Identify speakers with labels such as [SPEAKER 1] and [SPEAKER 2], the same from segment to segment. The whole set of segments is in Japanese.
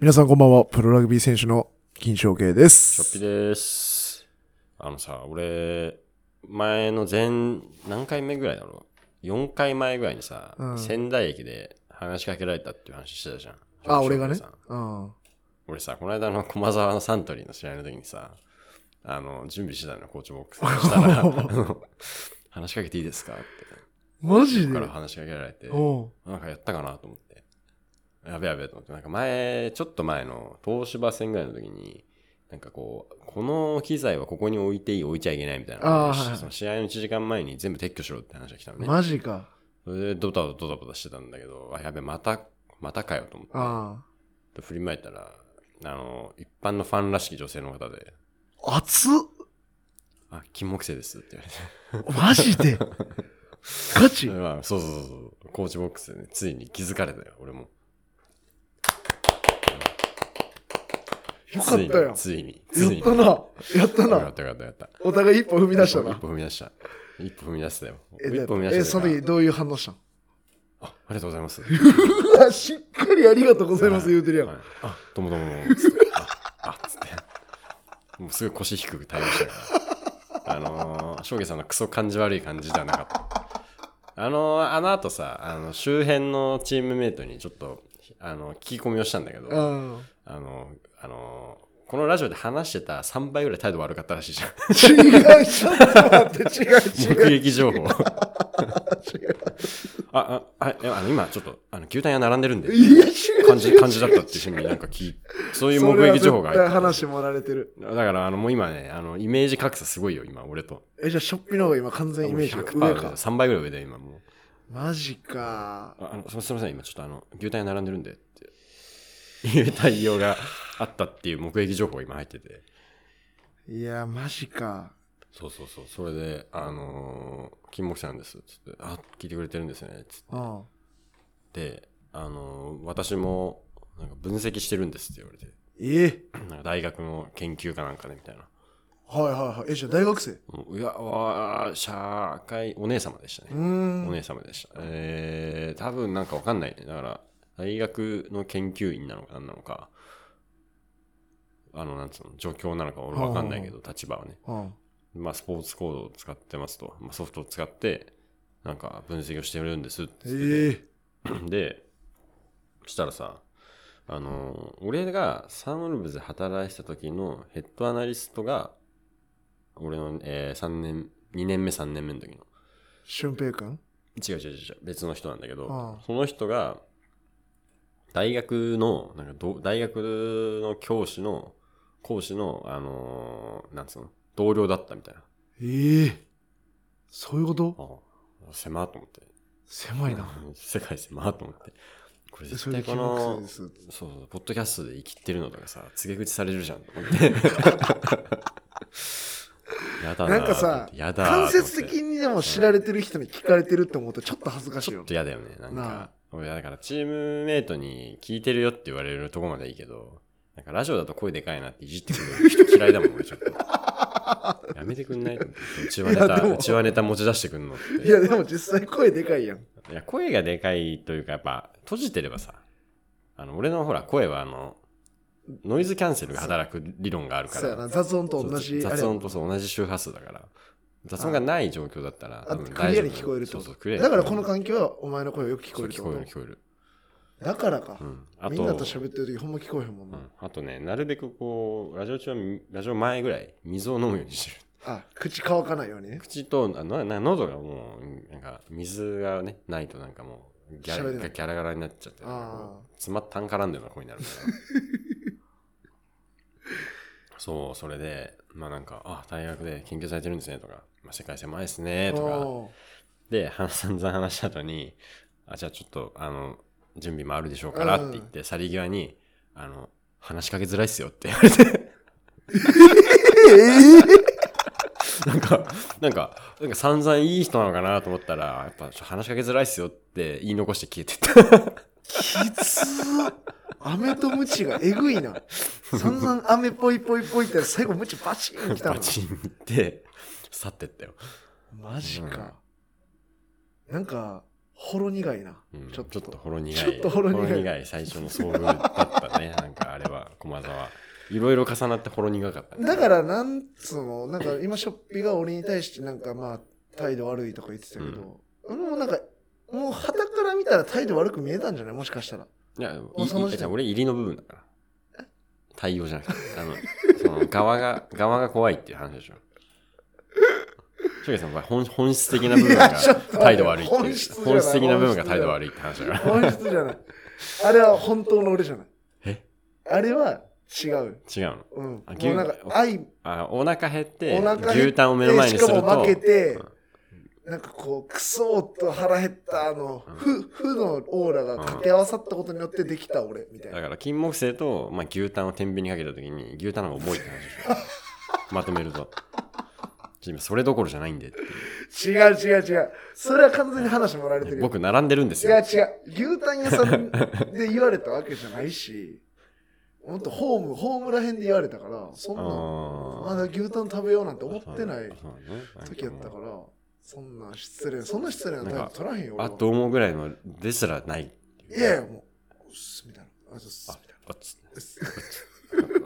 [SPEAKER 1] 皆さんこんばんは。プロラグビー選手の金正慶で
[SPEAKER 2] ちょっぴ
[SPEAKER 1] す。
[SPEAKER 2] です。あのさ、俺、前の前、何回目ぐらいだろう ?4 回前ぐらいにさ、
[SPEAKER 1] うん
[SPEAKER 2] 仙台駅で話しかけられたっていう話してたじゃん。
[SPEAKER 1] あ、俺がね
[SPEAKER 2] 翔さん。
[SPEAKER 1] うん。
[SPEAKER 2] 俺さ、この間の駒沢のサントリーの試合の時にさ、あの、準備してたのよ、コーチボックスにしたら、あ の話しかけていいですかって。
[SPEAKER 1] マジ
[SPEAKER 2] 僕から
[SPEAKER 1] で
[SPEAKER 2] 話しかけられて、
[SPEAKER 1] おう
[SPEAKER 2] なんかやったかなと思って。やべやべと思って。なんか前、ちょっと前の東芝戦ぐらいの時に、なんかこう、この機材はここに置いていい、置いちゃいけないみたいな
[SPEAKER 1] あー
[SPEAKER 2] 話
[SPEAKER 1] はいはい
[SPEAKER 2] その試合の1時間前に全部撤去しろって話が来たのね。
[SPEAKER 1] マジか。
[SPEAKER 2] それでドタドタドタドタしてたんだけど、あ、やべ、また、またかよと思っ
[SPEAKER 1] あ
[SPEAKER 2] て。振りまいたら、あの、一般のファンらしき女性の方で、
[SPEAKER 1] あ。 熱っ
[SPEAKER 2] あ、金木犀ですって言われて。
[SPEAKER 1] マジでガチ
[SPEAKER 2] まあ、そうそうそうそう。コーチボックスでね、ついに気づかれたよ、俺も。
[SPEAKER 1] よかったよ。
[SPEAKER 2] ついに。つい
[SPEAKER 1] や
[SPEAKER 2] に。
[SPEAKER 1] ったな。やった
[SPEAKER 2] よか
[SPEAKER 1] な
[SPEAKER 2] っ。たよかったよかった。
[SPEAKER 1] お互い一歩踏み出した
[SPEAKER 2] 一
[SPEAKER 1] な。
[SPEAKER 2] 歩踏み出した。一歩踏み出したよ。
[SPEAKER 1] え、
[SPEAKER 2] 一歩踏み出し
[SPEAKER 1] で
[SPEAKER 2] た
[SPEAKER 1] えその
[SPEAKER 2] とい
[SPEAKER 1] 時
[SPEAKER 2] うか
[SPEAKER 1] どういう反応したの
[SPEAKER 2] あありがとうございます。
[SPEAKER 1] うわ、しっかりありがとうございます言うてるやん。
[SPEAKER 2] はいあ、どうもどうも。つってあ、あつって。もうすごい腰低く対応したから。あのー、翔さんのクソ感じ悪い感じではなかった。あのー、あの後さ、あの、周辺のチームメイトにちょっと、あの、聞き込みをしたんだけど、
[SPEAKER 1] うん。
[SPEAKER 2] あの、あの、このラジオで話してた3倍ぐらい態度悪かったらしいじゃん。
[SPEAKER 1] 違う、ちょっと待って、違う、 違う。
[SPEAKER 2] 目撃情報。あ、あ、はい、あの、今ちょっと、あの、牛タン屋並んでるんで、
[SPEAKER 1] いや、違う。
[SPEAKER 2] 感じ、感じだったっていうふうになんか聞い、そういう目撃情報が
[SPEAKER 1] それは絶対
[SPEAKER 2] 入って
[SPEAKER 1] 話もられてる。
[SPEAKER 2] だから、あの、もう今ね、あの、イメージ格差すごいよ、今、俺と。
[SPEAKER 1] え、じゃあ、ショッピの方が今完全イメージが
[SPEAKER 2] もう
[SPEAKER 1] 上
[SPEAKER 2] 100%
[SPEAKER 1] か。
[SPEAKER 2] 3倍ぐらい上だよ、今もう。
[SPEAKER 1] マジか。
[SPEAKER 2] ああのすすみません、今ちょっとあの、牛タン屋並んでるんでって。いう対応があったっていう目撃情報が今入ってて。
[SPEAKER 1] いや、マジか。
[SPEAKER 2] そうそうそう。それで、あのー、金木さんです。つって、あ、聞いてくれてるんですね。つっ
[SPEAKER 1] うん。
[SPEAKER 2] て、あのー、私も、なんか分析してるんですって言われて。
[SPEAKER 1] え
[SPEAKER 2] なんか大学の研究かなんかね、みたいな。
[SPEAKER 1] はいはいはい。え、じゃあ大学生
[SPEAKER 2] もういや、わー、社会、お姉様でした
[SPEAKER 1] うー
[SPEAKER 2] ね。
[SPEAKER 1] ん。
[SPEAKER 2] お姉様でした。えー、多分なんかわかんないね。だから、大学の研究員なのか何なのか、あの、なんつうの、状況なのか俺わかんないけど、立場はね。
[SPEAKER 1] うん。
[SPEAKER 2] まあ、スポーツコードを使ってますと、まあ、ソフトを使って、なんか分析をしてるんですって
[SPEAKER 1] えー、
[SPEAKER 2] で、そしたらさ、あのー、俺がサンウルブズで働いてた時のヘッドアナリストが、俺の、えー、3年、2年目、3年目の時の、
[SPEAKER 1] 俊平くん
[SPEAKER 2] 違う違う違う、別の人なんだけど、
[SPEAKER 1] ああ
[SPEAKER 2] その人が、大学の、なんかど、大学の教師の、講師の、あのー、なんつうの、同僚だったみたいな。
[SPEAKER 1] ええそういうこと
[SPEAKER 2] ああ、狭っと思って。
[SPEAKER 1] 狭いな。
[SPEAKER 2] 世界狭っと思って。これ
[SPEAKER 1] え
[SPEAKER 2] 絶
[SPEAKER 1] それ
[SPEAKER 2] 対
[SPEAKER 1] で
[SPEAKER 2] こ
[SPEAKER 1] 金木犀
[SPEAKER 2] の
[SPEAKER 1] で、す。
[SPEAKER 2] そうそう、ポッドキャストで生きてるのとかさ、告げ口されるじゃんと 思って。やだな
[SPEAKER 1] なんかさ
[SPEAKER 2] やだ
[SPEAKER 1] 間接的
[SPEAKER 2] に。
[SPEAKER 1] にでも知られてる人に聞かれてるって思うとちょっと恥ずかしい
[SPEAKER 2] ちょ
[SPEAKER 1] よ
[SPEAKER 2] っ
[SPEAKER 1] ね
[SPEAKER 2] と。嫌だよね。なん
[SPEAKER 1] なあ
[SPEAKER 2] か、俺だからチームメイトに聞いてるよって言われるとこまでいいけど、なんかラジオだと声でかいなっていじってくる人嫌いだもん、俺ちょっと。 やめてくんない内ちわネ
[SPEAKER 1] いやで
[SPEAKER 2] タ、
[SPEAKER 1] も
[SPEAKER 2] うちわネタ持ち出してくんのって。
[SPEAKER 1] いや、でも実際声でかいやん。
[SPEAKER 2] いや、声がでかいというか、やっぱ、閉じてればさ、あの、俺のほら、声はあの、ノイズキャンセルが働く理論があるか
[SPEAKER 1] そうや
[SPEAKER 2] ら
[SPEAKER 1] な、、雑音と同
[SPEAKER 2] そう
[SPEAKER 1] じ。あれ
[SPEAKER 2] 雑音とそう同じ周波数だから、雑音がない状況だったら、
[SPEAKER 1] あ
[SPEAKER 2] 多分
[SPEAKER 1] クリアに聞こえるって
[SPEAKER 2] そ
[SPEAKER 1] こ
[SPEAKER 2] う
[SPEAKER 1] と
[SPEAKER 2] そう、クリアに
[SPEAKER 1] だからこの環境はお前の声がよく聞こえるって
[SPEAKER 2] そう
[SPEAKER 1] こ
[SPEAKER 2] 聞ことえる、聞こえる。
[SPEAKER 1] だからか
[SPEAKER 2] う。ん。あと、
[SPEAKER 1] みんなと喋ってる時ほんま聞こえへんもん
[SPEAKER 2] う
[SPEAKER 1] な。
[SPEAKER 2] んあとね、なるべくこう、ラジオ中は、ラジオ前ぐらい、水を飲むようにしてる。
[SPEAKER 1] あ、口乾かないようにね。
[SPEAKER 2] 口と、あのな喉がもう、なんか、水がね、ないとなんかもう、ギ
[SPEAKER 1] 喋
[SPEAKER 2] ャ
[SPEAKER 1] れ
[SPEAKER 2] ラ
[SPEAKER 1] ない
[SPEAKER 2] ギャラガラになっちゃって、
[SPEAKER 1] ああ
[SPEAKER 2] 詰まったん絡んでるような声になるから そう、それで、まあなんか、あ、大学で研究されてるんですねとか、まあ、世界狭いですねとか、
[SPEAKER 1] おー
[SPEAKER 2] で、話散々話した後に、あ、じゃあちょっと、あの、準備もあるでしょうからって言って、去り際に、あの、話しかけづらいっすよって言 われて、
[SPEAKER 1] え
[SPEAKER 2] なんか、なんか、なんか散々いい人なのかなと思ったら、やっぱちょっと話しかけづらいっすよって言い残して消えてった。
[SPEAKER 1] ー、きつーアメとムチがえぐいな。散々アメぽいぽいぽいって最後ムチバチンきたの
[SPEAKER 2] バ。チンって、去ってったよ。
[SPEAKER 1] マジか。なんか、ほろ苦いな
[SPEAKER 2] うん。
[SPEAKER 1] ちょっ
[SPEAKER 2] ちょっと
[SPEAKER 1] と。
[SPEAKER 2] ほろ苦い。
[SPEAKER 1] ちょっとほろ苦い
[SPEAKER 2] 最初の遭遇だったね。なんか、いろいろ重なってほろ苦かったね、
[SPEAKER 1] だから、なんつうの、なんか今、ショッピが俺に対して、なんかまあ、態度悪いとか言ってたけど、もうなんか、もう、はから見たら態度悪く見えたんじゃないもしかしたら。
[SPEAKER 2] いや、
[SPEAKER 1] うその時
[SPEAKER 2] いい
[SPEAKER 1] 点
[SPEAKER 2] 俺入りの部分だから。対応じゃなくて、あの、 その側が、側が怖いっていう話でしょ。しょうさん、これ本本質的な部分
[SPEAKER 1] い
[SPEAKER 2] が
[SPEAKER 1] やちょっと
[SPEAKER 2] 態度悪いっていう
[SPEAKER 1] 本質じゃない
[SPEAKER 2] 本質的な部分が態度悪いって話だから。
[SPEAKER 1] 本質じゃない。あれは本当の俺じゃない。
[SPEAKER 2] え
[SPEAKER 1] あれは違う。
[SPEAKER 2] 違うの
[SPEAKER 1] うん。も
[SPEAKER 2] あ牛
[SPEAKER 1] うなんか、愛、
[SPEAKER 2] あお腹減って
[SPEAKER 1] お腹減って
[SPEAKER 2] 牛タンを目の前にする
[SPEAKER 1] しかも
[SPEAKER 2] と
[SPEAKER 1] 負けて
[SPEAKER 2] うん
[SPEAKER 1] なんかこう、クソーと腹減った、あの、
[SPEAKER 2] うん
[SPEAKER 1] 負、負のオーラが掛け合わさったことによってできた俺、みたい
[SPEAKER 2] だ
[SPEAKER 1] な。
[SPEAKER 2] から金木犀と、まあ、牛タンを天秤にかけた時に牛タンの方が重いって話でし ょまとめるとちょ今それどころじゃないんでっていう
[SPEAKER 1] 違う違う違う。それは完全に話もられてるよ。
[SPEAKER 2] 僕並んでるんです
[SPEAKER 1] 違う違
[SPEAKER 2] よ
[SPEAKER 1] う。牛タン屋さんで言われたわけじゃないし、もっとホーム、ホームら辺で言われたから、そんな、まだ
[SPEAKER 2] あ
[SPEAKER 1] 牛タン食べようなんて思
[SPEAKER 2] ー
[SPEAKER 1] ってない
[SPEAKER 2] そうだねなん
[SPEAKER 1] 時やったから、そんな失礼、そんな失礼な態
[SPEAKER 2] な
[SPEAKER 1] 度
[SPEAKER 2] んか
[SPEAKER 1] 取らへんよ。俺
[SPEAKER 2] あ
[SPEAKER 1] は
[SPEAKER 2] と思うぐらいのですらない
[SPEAKER 1] いやいや、もう、うっすみたいな。あうっす
[SPEAKER 2] あ
[SPEAKER 1] みたい
[SPEAKER 2] あつ
[SPEAKER 1] なうっす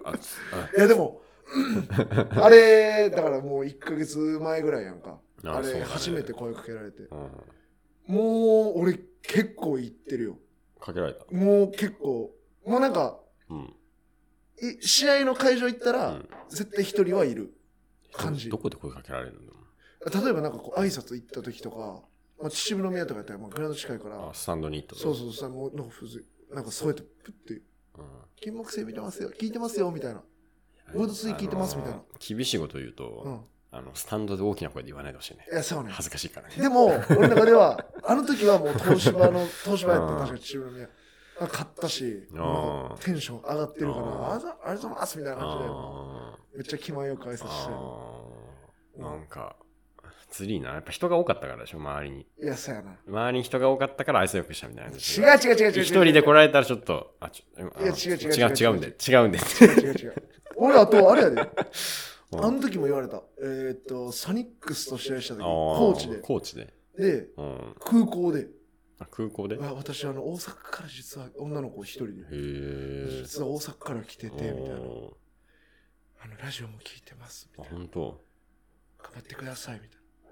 [SPEAKER 2] あつ あ
[SPEAKER 1] いやでも、あれ、だからもう1ヶ月前ぐらいやんか。
[SPEAKER 2] あ
[SPEAKER 1] あ
[SPEAKER 2] そうだ
[SPEAKER 1] れ、
[SPEAKER 2] ね
[SPEAKER 1] 初めて声かけられて。
[SPEAKER 2] うん
[SPEAKER 1] もう、俺、結構言ってるよ。
[SPEAKER 2] かけられた
[SPEAKER 1] もう結構、もうなんか、
[SPEAKER 2] うん
[SPEAKER 1] い試合の会場行った
[SPEAKER 2] う
[SPEAKER 1] ら、
[SPEAKER 2] ん
[SPEAKER 1] 絶対一人はいる感じ。
[SPEAKER 2] どこで声かけられるの
[SPEAKER 1] 例えばなんかこう、挨拶行った時とか、まあ、秩父宮とかやったら、まあ、グラウンド近いから、
[SPEAKER 2] あスタンドに行った
[SPEAKER 1] そうそうそう、もう、なんか、ふずなんか添えて、プって、
[SPEAKER 2] うん
[SPEAKER 1] 金木犀見てますよ、聞いてますよ、みたいな。ウードスイ聞いてますみたいな
[SPEAKER 2] あのー厳しいこと言うと、
[SPEAKER 1] うん。
[SPEAKER 2] あのスタンドで大きな声で言わないでほしいね
[SPEAKER 1] いや、そうね。
[SPEAKER 2] 恥ずかしいからね
[SPEAKER 1] でも、俺の中では、あの時はもう東芝の、東芝やった、確かに秩父宮。あ買ったし、
[SPEAKER 2] あー
[SPEAKER 1] なんかテンション上がってるから、
[SPEAKER 2] あー
[SPEAKER 1] あざ、ありがとうございますみたいな感じで、
[SPEAKER 2] あ
[SPEAKER 1] めっちゃ気前よく挨拶
[SPEAKER 2] ー
[SPEAKER 1] して
[SPEAKER 2] あーなんかつりーなやっぱ人が多かったからでしょ周りに
[SPEAKER 1] る。いや、そうやな。
[SPEAKER 2] 周りに人が多かったから愛想よくしたみたいな
[SPEAKER 1] 違う違う違う違う違う。
[SPEAKER 2] 一人で来られたらちょっとあちょあ
[SPEAKER 1] いや違う違う
[SPEAKER 2] 違う違
[SPEAKER 1] 違う
[SPEAKER 2] うんで違うんで
[SPEAKER 1] 違う違う違う。俺、あと、あれやで。
[SPEAKER 2] うん
[SPEAKER 1] あの時も言われた。えーっと、サニックスと試合した時、
[SPEAKER 2] あー
[SPEAKER 1] コーチで。
[SPEAKER 2] コーチで、
[SPEAKER 1] で、
[SPEAKER 2] うん、
[SPEAKER 1] 空港で。
[SPEAKER 2] あ空港でへ
[SPEAKER 1] あ私、あの、大阪から実は女の子一人で。
[SPEAKER 2] え
[SPEAKER 1] 実は大阪から来てて、みたいな。
[SPEAKER 2] あ
[SPEAKER 1] あの、ラジオも聞いてます、みたいな。
[SPEAKER 2] 本当
[SPEAKER 1] 頑張ってくださいみたい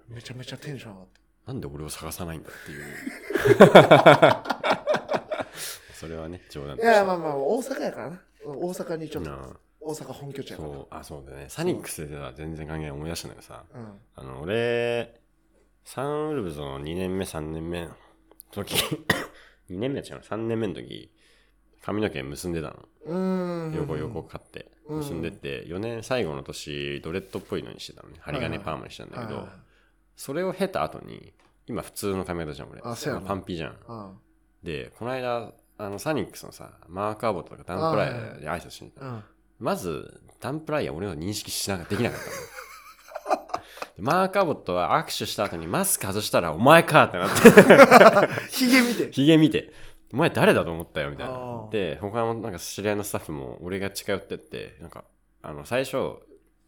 [SPEAKER 1] な。めちゃめちゃテンション上がって。
[SPEAKER 2] なんで俺を探さないんだ っていうそれはね冗談
[SPEAKER 1] いや、まあまあ、大阪やからな。大阪にちょっ
[SPEAKER 2] なあ
[SPEAKER 1] と、大阪本拠地やから。
[SPEAKER 2] そう、あ、そうだね。サニックスでさ、全然関係ない思い出したんだけどさ、
[SPEAKER 1] うん。
[SPEAKER 2] あの、俺、サンウルブズの2年目、3年目の時、2年目は違うな、3年目の時、髪の毛結んでたの。
[SPEAKER 1] うーん。
[SPEAKER 2] 横横買って、
[SPEAKER 1] うん
[SPEAKER 2] 結んでって、4年最後の年、ドレッドっぽいのにしてたのね。針
[SPEAKER 1] はい
[SPEAKER 2] 金
[SPEAKER 1] はい
[SPEAKER 2] パーマにしてたんだけ
[SPEAKER 1] はい
[SPEAKER 2] ど
[SPEAKER 1] はい、
[SPEAKER 2] それを経た後に、今普通の髪型じゃん、俺。
[SPEAKER 1] あそうやな
[SPEAKER 2] パンピじゃん。
[SPEAKER 1] うん。
[SPEAKER 2] で、この間、あの、サニックスのさ、マーク・アボットとかダンプライヤーで挨拶しに行ったの
[SPEAKER 1] うん。
[SPEAKER 2] まず、ダンプライヤー俺を認識しなができなかったの。でマーク・アボットは握手した後にマスク外したらお前かってなって、
[SPEAKER 1] ひげ見て。
[SPEAKER 2] ヒゲ見て、お前誰だと思ったよみたい
[SPEAKER 1] あ
[SPEAKER 2] な
[SPEAKER 1] ー。
[SPEAKER 2] で、他のなんか知り合いのスタッフも俺が近寄ってって、なんか、あの、最初、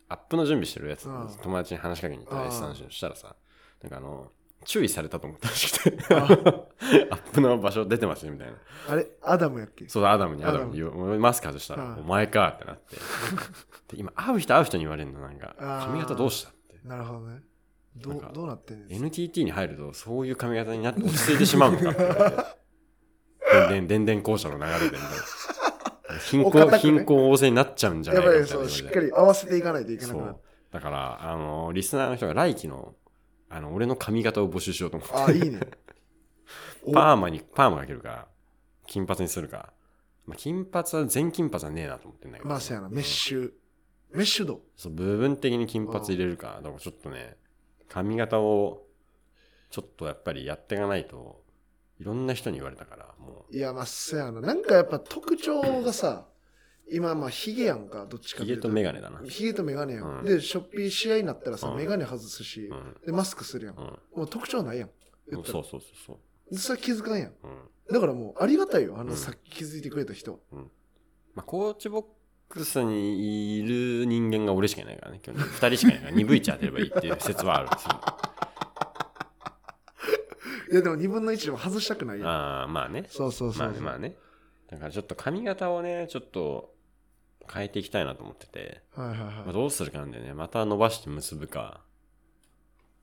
[SPEAKER 2] アップの準備してるやつ
[SPEAKER 1] うん、
[SPEAKER 2] 友達に話しかけに行った
[SPEAKER 1] あ
[SPEAKER 2] ら
[SPEAKER 1] ー
[SPEAKER 2] S 三振したらさ、なんかあの、注意されたと思ったらしくて、 ア
[SPEAKER 1] あ
[SPEAKER 2] ップの場所出てますよみたいな。
[SPEAKER 1] あれアダムやっけ
[SPEAKER 2] そうだ、アダムに、
[SPEAKER 1] ア
[SPEAKER 2] ア
[SPEAKER 1] ダ
[SPEAKER 2] ダ
[SPEAKER 1] ム
[SPEAKER 2] ムに言う、俺マスク外したら、
[SPEAKER 1] はい
[SPEAKER 2] お前かって なって。で今、会う人会う人に言われるの、なんか、
[SPEAKER 1] あー
[SPEAKER 2] 髪型どうしたって。
[SPEAKER 1] なるほどね。ど
[SPEAKER 2] なん
[SPEAKER 1] う
[SPEAKER 2] か、
[SPEAKER 1] どうなってんですか
[SPEAKER 2] NTT に入ると、そういう髪型になって落ち着いてしまうのかって言われて。でんでん、でんでん校舎の流れでみたいな。貧
[SPEAKER 1] お堅く
[SPEAKER 2] 困、
[SPEAKER 1] ね
[SPEAKER 2] 貧困旺盛になっちゃうんじゃ
[SPEAKER 1] や
[SPEAKER 2] な
[SPEAKER 1] っ
[SPEAKER 2] い
[SPEAKER 1] ぱり
[SPEAKER 2] かみたい
[SPEAKER 1] そ
[SPEAKER 2] な
[SPEAKER 1] う、しっかり合わせていかないといけな
[SPEAKER 2] そ
[SPEAKER 1] くなる
[SPEAKER 2] う。。だから、あの、リスナーの人が来期の、あの、俺の髪型を募集しようと思って。
[SPEAKER 1] ああ、いい ね。お
[SPEAKER 2] パーマに、パーマかけるか、金髪にするか。まあ、金髪は、全金髪はねえなと思ってんだけど。
[SPEAKER 1] まあ、そうやな。メッシュ。メッシュ度。
[SPEAKER 2] そう、部分的に金髪入れるか。だからちょっとね、髪型を、ちょっとやっぱりやっていかないと、いろんな人に言われたから、もう、
[SPEAKER 1] いや、まあ、そうやな。なんかやっぱ特徴がさ、今、まあ、ヒゲやんか、どっちか
[SPEAKER 2] ヒゲとメガネだな。うん。
[SPEAKER 1] ヒゲとメガネやん。
[SPEAKER 2] うん
[SPEAKER 1] で、ショッピー試合になったらさ、
[SPEAKER 2] うん
[SPEAKER 1] メガネ外すし、
[SPEAKER 2] う
[SPEAKER 1] で、マスクするやん。
[SPEAKER 2] ん。
[SPEAKER 1] もう特徴ないやん。言ったら
[SPEAKER 2] そうそうそうそう。
[SPEAKER 1] でそれ気づかんやん。
[SPEAKER 2] うん。
[SPEAKER 1] だからもう、ありがたいよ。あの、
[SPEAKER 2] うん
[SPEAKER 1] さっき気づいてくれた人。
[SPEAKER 2] まあ、コーチボックスにいる人間が俺しかいないからね、今日ね二人しかいないから、鈍いちゃ当てればいいっていう説はあるんですよ。
[SPEAKER 1] いや、でも2分の1でも外したくないやん。
[SPEAKER 2] ああ、まあね。
[SPEAKER 1] そうそうそう。
[SPEAKER 2] まあね、まあね。だからちょっと髪型をね、ちょっと変えていきたいなと思ってて、
[SPEAKER 1] はいはいはい
[SPEAKER 2] まあ、どうするかなんだよねまた伸ばして結ぶか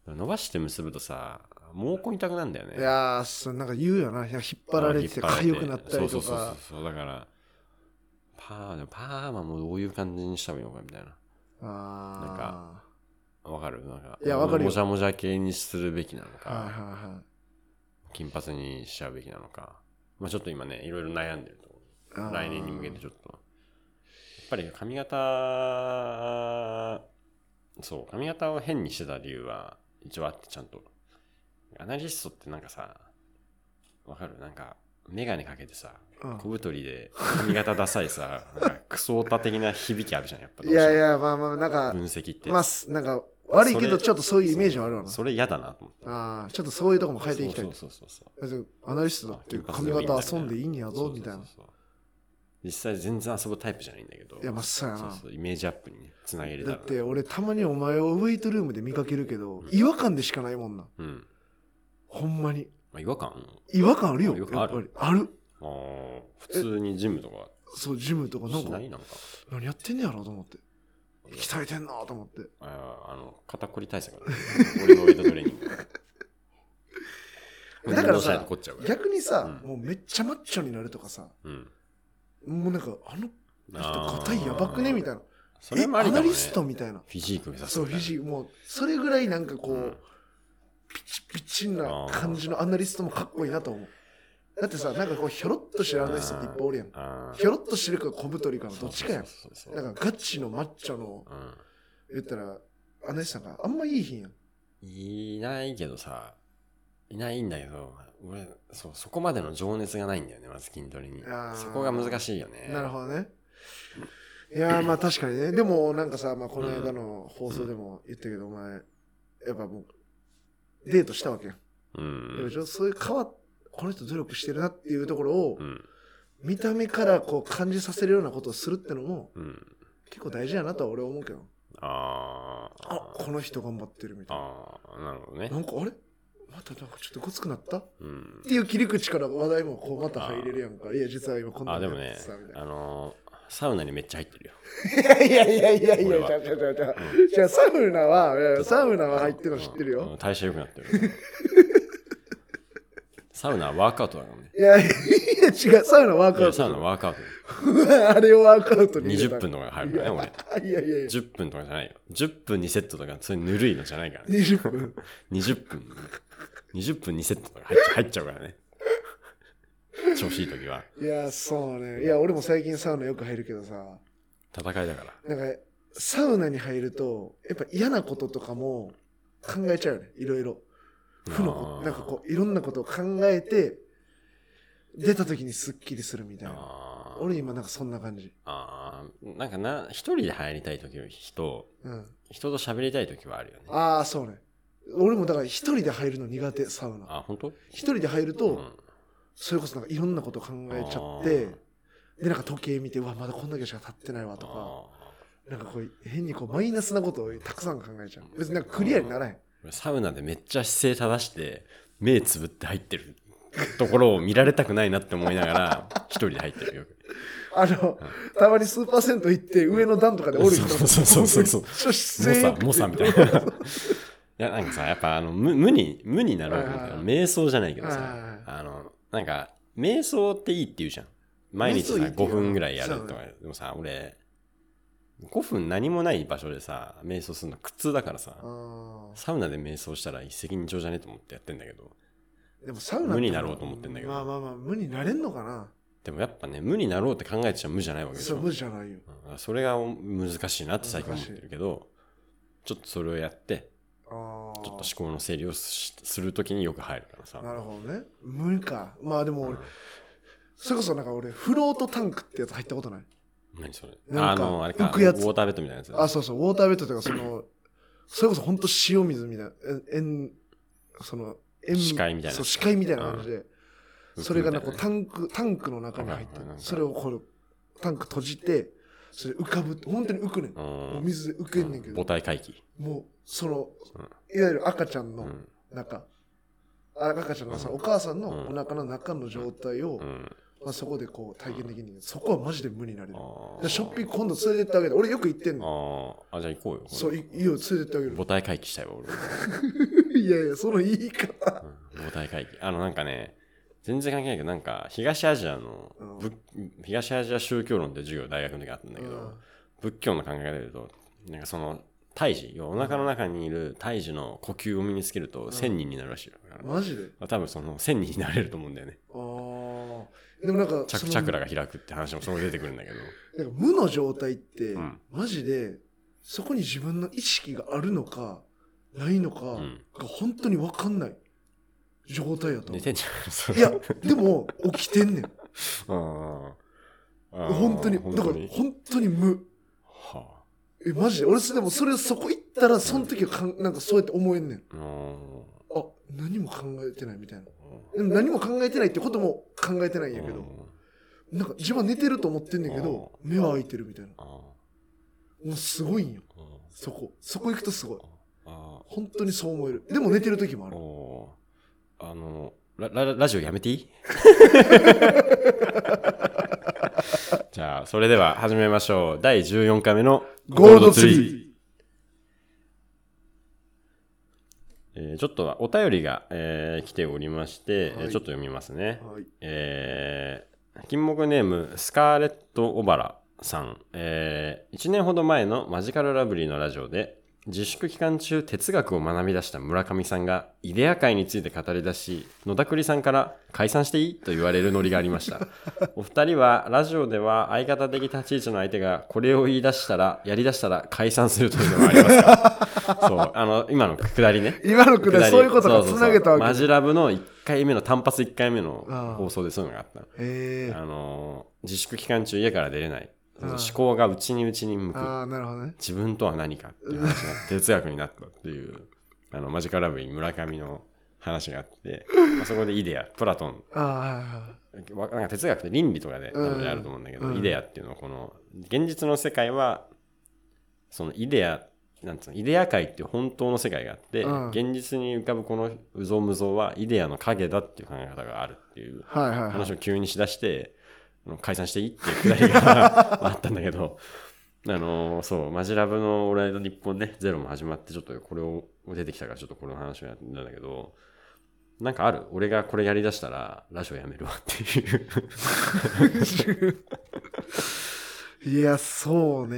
[SPEAKER 2] 伸ばして結ぶとさ毛根痛くなんだよね
[SPEAKER 1] いやーそうなんか言うよないや引っ張られてて
[SPEAKER 2] あー引っ
[SPEAKER 1] 痒
[SPEAKER 2] 張
[SPEAKER 1] く
[SPEAKER 2] ら
[SPEAKER 1] な
[SPEAKER 2] れ
[SPEAKER 1] ってたり
[SPEAKER 2] そ
[SPEAKER 1] と
[SPEAKER 2] うそうそう
[SPEAKER 1] か
[SPEAKER 2] そうそうだからパーでもパーマもどういう感じにしたらいいのかみたいななん
[SPEAKER 1] あ
[SPEAKER 2] かわかるなんか
[SPEAKER 1] いやわかるよ
[SPEAKER 2] もじゃもじゃ系にするべきなの
[SPEAKER 1] あ
[SPEAKER 2] か、
[SPEAKER 1] はいはいはい
[SPEAKER 2] 金髪にしちゃうべきなのか、まあ、ちょっと今ねいろいろ悩んでるとこ
[SPEAKER 1] あー
[SPEAKER 2] 来年に向けてちょっとやっぱり髪型そう髪型を変にしてた理由は一応あってちゃんとアナリストってなんかさわかるなんか眼鏡かけてさ
[SPEAKER 1] うん
[SPEAKER 2] 小太りで髪型ダサ いさなんかクソオタ的な響きあるじゃんやっぱどう
[SPEAKER 1] い
[SPEAKER 2] しても
[SPEAKER 1] やいやまあまあなんか
[SPEAKER 2] 分析って、
[SPEAKER 1] まあすなんか悪いけ
[SPEAKER 2] そ
[SPEAKER 1] ど
[SPEAKER 2] れ
[SPEAKER 1] ちょっとそういうイメージはあるわな
[SPEAKER 2] それ嫌だなと思って
[SPEAKER 1] ああちょっとそういうとこも変えていきたい
[SPEAKER 2] そうそうそうそう
[SPEAKER 1] だってアナリストだって髪
[SPEAKER 2] あ金髪
[SPEAKER 1] 型
[SPEAKER 2] で
[SPEAKER 1] 遊
[SPEAKER 2] も
[SPEAKER 1] んでいいんやぞみ
[SPEAKER 2] み
[SPEAKER 1] た
[SPEAKER 2] た
[SPEAKER 1] い
[SPEAKER 2] い
[SPEAKER 1] な
[SPEAKER 2] なそうそうそうそう実際全然遊ぶタイプじゃないんだけど
[SPEAKER 1] いやまっさやな
[SPEAKER 2] そうそうイメージアップにねつなげれた
[SPEAKER 1] だ
[SPEAKER 2] ら
[SPEAKER 1] って俺たまにお前をウェイトルームで見かけるけど違和感でしかないもんな
[SPEAKER 2] うん
[SPEAKER 1] ほんまに
[SPEAKER 2] まあ、違和感
[SPEAKER 1] 違和感あるよ
[SPEAKER 2] 違
[SPEAKER 1] や
[SPEAKER 2] 和
[SPEAKER 1] っ
[SPEAKER 2] 感あ
[SPEAKER 1] ぱ
[SPEAKER 2] る
[SPEAKER 1] りある
[SPEAKER 2] あー普通にジムとか
[SPEAKER 1] そうジムとかなん
[SPEAKER 2] し
[SPEAKER 1] か
[SPEAKER 2] ないなんか
[SPEAKER 1] 何やってんねやろと思って鍛えてんなと思って
[SPEAKER 2] あーあの肩こり対策 だね俺のウェイトトレーニン グ
[SPEAKER 1] だからさ
[SPEAKER 2] 運動しないと凝っちゃうから
[SPEAKER 1] 逆にさ、
[SPEAKER 2] うん
[SPEAKER 1] もうめっちゃマッチョになるとかさ
[SPEAKER 2] うん
[SPEAKER 1] もうなんかあの人
[SPEAKER 2] あー
[SPEAKER 1] 硬いやばくねみたいな
[SPEAKER 2] それもあり
[SPEAKER 1] え
[SPEAKER 2] か
[SPEAKER 1] ア
[SPEAKER 2] も、
[SPEAKER 1] ナ
[SPEAKER 2] ね、
[SPEAKER 1] リストみたいな
[SPEAKER 2] フィジーク目指す
[SPEAKER 1] そうフィジーもうそれぐらいなんかこう、
[SPEAKER 2] うん
[SPEAKER 1] ピチピチな感じのアナリストもかっこいいなと思うだってさなんかこうひょろっとしてるアナリストっていっぱいおるやん
[SPEAKER 2] あー
[SPEAKER 1] ひょろっとしてるか小太りかのどっちかやん
[SPEAKER 2] そうそうそ
[SPEAKER 1] だ
[SPEAKER 2] う
[SPEAKER 1] からガチのマッチョの
[SPEAKER 2] そううん
[SPEAKER 1] 言ったらアナリストがあんまいいひんやん
[SPEAKER 2] いないけどさ、いないんだけど、俺、そう、そこまでの情熱がないんだよね、まず筋トレに
[SPEAKER 1] あー。
[SPEAKER 2] そこが難しいよね。
[SPEAKER 1] なるほどね。いやーまあ確かにね。でもなんかさ、まあ、この間の放送でも言ったけど、お前、やっぱもう、デートしたわけやん。
[SPEAKER 2] ど。うん。
[SPEAKER 1] でもちょっとそういう変わっこの人努力してるなっていうところを
[SPEAKER 2] う、ん。
[SPEAKER 1] 見た目からこう感じさせるようなことをするってのも、
[SPEAKER 2] うん。
[SPEAKER 1] 結構大事やなとは俺は思うけど。
[SPEAKER 2] あー
[SPEAKER 1] あ、この人頑張ってるみたい
[SPEAKER 2] あーなるほどね
[SPEAKER 1] な。な。んかあれまたなんかちょっとごつくなったっ
[SPEAKER 2] うん。
[SPEAKER 1] ていう切り口から話題もこうまた入れるやんか。いや、実は今こんな
[SPEAKER 2] あ、
[SPEAKER 1] ん
[SPEAKER 2] で
[SPEAKER 1] や
[SPEAKER 2] も
[SPEAKER 1] っ
[SPEAKER 2] ね
[SPEAKER 1] てさ、みたい、な
[SPEAKER 2] あのー、サウナにめっちゃ入ってるよ。
[SPEAKER 1] いやいやいやいやい
[SPEAKER 2] 俺
[SPEAKER 1] や、
[SPEAKER 2] は
[SPEAKER 1] ちゃうちゃうちゃうちゃう。じゃあサウナは、いやいやサウナは入ってるの知ってる
[SPEAKER 2] う
[SPEAKER 1] よ。
[SPEAKER 2] ん。代謝良くなっ てる。サウナはワークアウトだからね。
[SPEAKER 1] いやいや、違う、サウナワー
[SPEAKER 2] い
[SPEAKER 1] クア
[SPEAKER 2] や
[SPEAKER 1] ウ
[SPEAKER 2] サウ
[SPEAKER 1] ト
[SPEAKER 2] ナ。ワークアウト。
[SPEAKER 1] あれをワークアウトに入れた
[SPEAKER 2] 20分とかが入るからね、俺。
[SPEAKER 1] いやいやいや、
[SPEAKER 2] 10分とかじゃないよ。10分2セットとか、そういうぬるいのじゃないからね。
[SPEAKER 1] 20分。
[SPEAKER 2] 20分、20分2セットとか入っちゃ入っちゃうからね。調子いい時は。
[SPEAKER 1] いや、そうね。いや、俺も最近サウナよく入るけどさ、
[SPEAKER 2] 戦いだから。
[SPEAKER 1] なんか、サウナに入ると、やっぱ嫌なこととかも考えちゃうよね、いろいろ。負のこと、
[SPEAKER 2] あー
[SPEAKER 1] なんかこう、いろんなことを考えて、出た時にスッキリするみたいな。
[SPEAKER 2] あー
[SPEAKER 1] 俺今なんかそんな感じ。
[SPEAKER 2] あー、なんかな、一人で入りたい時より人、
[SPEAKER 1] うん。
[SPEAKER 2] 人と喋りたい時はあるよね。
[SPEAKER 1] ああ、そうね。俺もだから一人で入るの苦手、サウナ。
[SPEAKER 2] あ、本当
[SPEAKER 1] 一人で入ると、
[SPEAKER 2] ん
[SPEAKER 1] それこそなんかいろんなこと考えちゃって、で、なんか時計見て、うわ、まだこんだけしか経ってないわとか、
[SPEAKER 2] あ
[SPEAKER 1] なんかこう、変にこう、マイナスなことをたくさん考えちゃう。別になんかクリアにならへん。
[SPEAKER 2] ー俺サウナでめっちゃ姿勢正して、目つぶって入ってるところを見られたくないなって思いながら、一人で入ってるよ。
[SPEAKER 1] あの、たまにスーパー銭湯行って、上の段とかでおる人
[SPEAKER 2] そうそうそうそうそう
[SPEAKER 1] めっちゃ姿勢
[SPEAKER 2] モサ
[SPEAKER 1] 良くて
[SPEAKER 2] モサみたいな。い や、なんかさ、やっぱあの、無無に、無になろうと思った
[SPEAKER 1] はい
[SPEAKER 2] ら、
[SPEAKER 1] はい
[SPEAKER 2] 瞑想じゃないけど
[SPEAKER 1] はいはいはい
[SPEAKER 2] さ、あの、なんか、瞑想っていいって言うじゃん。毎日さ、
[SPEAKER 1] 瞑想いいって言
[SPEAKER 2] 5
[SPEAKER 1] うよ
[SPEAKER 2] 分ぐらいやると
[SPEAKER 1] そ
[SPEAKER 2] か
[SPEAKER 1] う。
[SPEAKER 2] でもさ、俺、5分何もない場所でさ、瞑想するの苦痛だからさ、
[SPEAKER 1] あ
[SPEAKER 2] サウナで瞑想したら一石二鳥じゃねえと思ってやってんだけど、
[SPEAKER 1] ーでもサウナ
[SPEAKER 2] 無になろうと思ってんだけど
[SPEAKER 1] まあまあまあ、無になれんのかな。
[SPEAKER 2] でもやっぱね、無になろうって考えてちゃ無じゃないわけでし
[SPEAKER 1] そ
[SPEAKER 2] ょ。
[SPEAKER 1] う、無じゃないよ。
[SPEAKER 2] うんそれが難しいなって最近思ってるけど、ちょっとそれをやって、
[SPEAKER 1] ああ。
[SPEAKER 2] ちょっと思考の整理をしするときによく入るからさ。
[SPEAKER 1] なるほどね。無理か。まあでも俺、
[SPEAKER 2] うん
[SPEAKER 1] それこそなんか俺、フロートタンクってやつ入ったことない。
[SPEAKER 2] 何それ
[SPEAKER 1] な
[SPEAKER 2] あ
[SPEAKER 1] んか
[SPEAKER 2] の、あれか、ウ
[SPEAKER 1] 浮くやつ
[SPEAKER 2] ォーターベッドみたいなやつ。
[SPEAKER 1] あ、そうそう、ウォーターベッドとか、その、それこそ本当塩水みたいな、えん、その、塩
[SPEAKER 2] 視界みたいな
[SPEAKER 1] そう、視界みたいな感じで、
[SPEAKER 2] うん
[SPEAKER 1] それがなんか
[SPEAKER 2] 浮くみ
[SPEAKER 1] タンク、タンクの中に入って
[SPEAKER 2] はいはい
[SPEAKER 1] る
[SPEAKER 2] な。んか
[SPEAKER 1] それをこれ、タンク閉じて、それ浮かぶ、本当に浮くねん。
[SPEAKER 2] う。
[SPEAKER 1] もうん水で浮けんねんけ
[SPEAKER 2] 母
[SPEAKER 1] ど、
[SPEAKER 2] 体回帰。
[SPEAKER 1] もう、その、いわゆる赤ちゃん
[SPEAKER 2] う
[SPEAKER 1] の
[SPEAKER 2] ん。
[SPEAKER 1] 中、あ赤ちゃんのさ、お母さんの
[SPEAKER 2] うん
[SPEAKER 1] お腹の中の状態を
[SPEAKER 2] う、ん。
[SPEAKER 1] まあ、そこでこう体験できるんだけどそこはマジで無になれる
[SPEAKER 2] あ
[SPEAKER 1] で
[SPEAKER 2] ー
[SPEAKER 1] ショッピング今度連れてってあげる俺よく行ってんの
[SPEAKER 2] あーあ、じゃあ行こうよ。
[SPEAKER 1] そうい
[SPEAKER 2] い
[SPEAKER 1] いいよ連れてってあげる
[SPEAKER 2] 母体回帰したいわ、俺。
[SPEAKER 1] いやいやその言い方
[SPEAKER 2] うん母体会議あのなんかね全然関係ないけどなんか東アジアの、
[SPEAKER 1] うん
[SPEAKER 2] 仏東アジア宗教論って授業大学の時あったんだけど、
[SPEAKER 1] うん
[SPEAKER 2] 仏教の考え方で言うとなんかその胎児要はお腹の中にいる胎児の呼吸を身につけると1000人になるらしいよ、だから
[SPEAKER 1] マジで
[SPEAKER 2] まあ多分その1000人になれると思うんだよね
[SPEAKER 1] ああでもなんか
[SPEAKER 2] チャ
[SPEAKER 1] そ
[SPEAKER 2] ク
[SPEAKER 1] の
[SPEAKER 2] チャクラが開くって話もそこで出てくるんだけど
[SPEAKER 1] なんか無の状態って、
[SPEAKER 2] うん
[SPEAKER 1] マジでそこに自分の意識があるのかないのかが
[SPEAKER 2] ん
[SPEAKER 1] 本当に分かんない状態やと思
[SPEAKER 2] 寝
[SPEAKER 1] う
[SPEAKER 2] てんじゃんそれ
[SPEAKER 1] いやでも起きてん ねん
[SPEAKER 2] うんうんうん
[SPEAKER 1] 本当に
[SPEAKER 2] 本
[SPEAKER 1] だか
[SPEAKER 2] 当
[SPEAKER 1] ら
[SPEAKER 2] に
[SPEAKER 1] 本当に無
[SPEAKER 2] はあ
[SPEAKER 1] えマジで俺でもそれそこ行ったらその時はかんなんかそうやって思えんねん
[SPEAKER 2] うん
[SPEAKER 1] あ何も考えてないみたいなでも何も考えてないってことも考えてないんやけ
[SPEAKER 2] う
[SPEAKER 1] ど
[SPEAKER 2] ん
[SPEAKER 1] なんか自分は寝てると思ってんねんけど目は開いてるみたいな
[SPEAKER 2] あー
[SPEAKER 1] もうすごいんよ
[SPEAKER 2] うん
[SPEAKER 1] そこそこ行くとすごい
[SPEAKER 2] あ
[SPEAKER 1] 本当にそう思えるでも寝てる時もあ
[SPEAKER 2] ー
[SPEAKER 1] る
[SPEAKER 2] おーあのラララジオやめていい じゃあそれでは始めましょう第14回目の
[SPEAKER 1] ゴールドツ
[SPEAKER 2] ゴールドツ
[SPEAKER 1] リー
[SPEAKER 2] えーちょっとお便りが、えー来ておりまして、
[SPEAKER 1] はい
[SPEAKER 2] えーちょっと読みますね、
[SPEAKER 1] はい
[SPEAKER 2] えー金木ネームスカーレット・オバラさん、え1年ほど前のマジカルラブリーのラジオで自粛期間中哲学を学び出した村上さんがイデア界について語り出し野田栗さんから解散していいと言われるノリがありましたお二人はラジオでは相方的立ち位置の相手がこれを言い出したらやり出したら解散するというのはありますかそうあの今のくだりね
[SPEAKER 1] 今のく
[SPEAKER 2] 下
[SPEAKER 1] ら
[SPEAKER 2] り
[SPEAKER 1] いそういうことが
[SPEAKER 2] そうそ
[SPEAKER 1] つ
[SPEAKER 2] うそう
[SPEAKER 1] なげたわけ
[SPEAKER 2] マジラブの1回目の単発1回目の
[SPEAKER 1] ああ
[SPEAKER 2] 放送でそういうのがあったの
[SPEAKER 1] え
[SPEAKER 2] あのー自粛期間中家から出れない
[SPEAKER 1] ああ
[SPEAKER 2] 思考が内に内に向
[SPEAKER 1] ー、
[SPEAKER 2] く
[SPEAKER 1] ああなるほどね
[SPEAKER 2] 自分とは何かっていう話が哲学になったっていうあのマジカルラブリー村上の話があって、 まあ、そこでイデアプラトン
[SPEAKER 1] ああはいはい
[SPEAKER 2] わなんか哲学って倫理とかで多
[SPEAKER 1] うん
[SPEAKER 2] 分あると思うんだけど、
[SPEAKER 1] うん
[SPEAKER 2] イデアっていうのはこの現実の世界はそのイデアなんつうのイデア界っていう本当の世界があって、
[SPEAKER 1] うん
[SPEAKER 2] 現実に浮かぶこのうぞうむぞうはイデアの影だっていう考え方があるっていう
[SPEAKER 1] はいはいはい
[SPEAKER 2] 話を急にしだして、あの解散していいっていうくだりがあったんだけど、 あのーそう、マジラブの俺の日本ね、ゼロも始まって、ちょっとこれを出てきたから、ちょっとこの話をやったんだけど、なんかある俺がこれやりだしたら、ラジオやめるわって いう。
[SPEAKER 1] いや、そうね。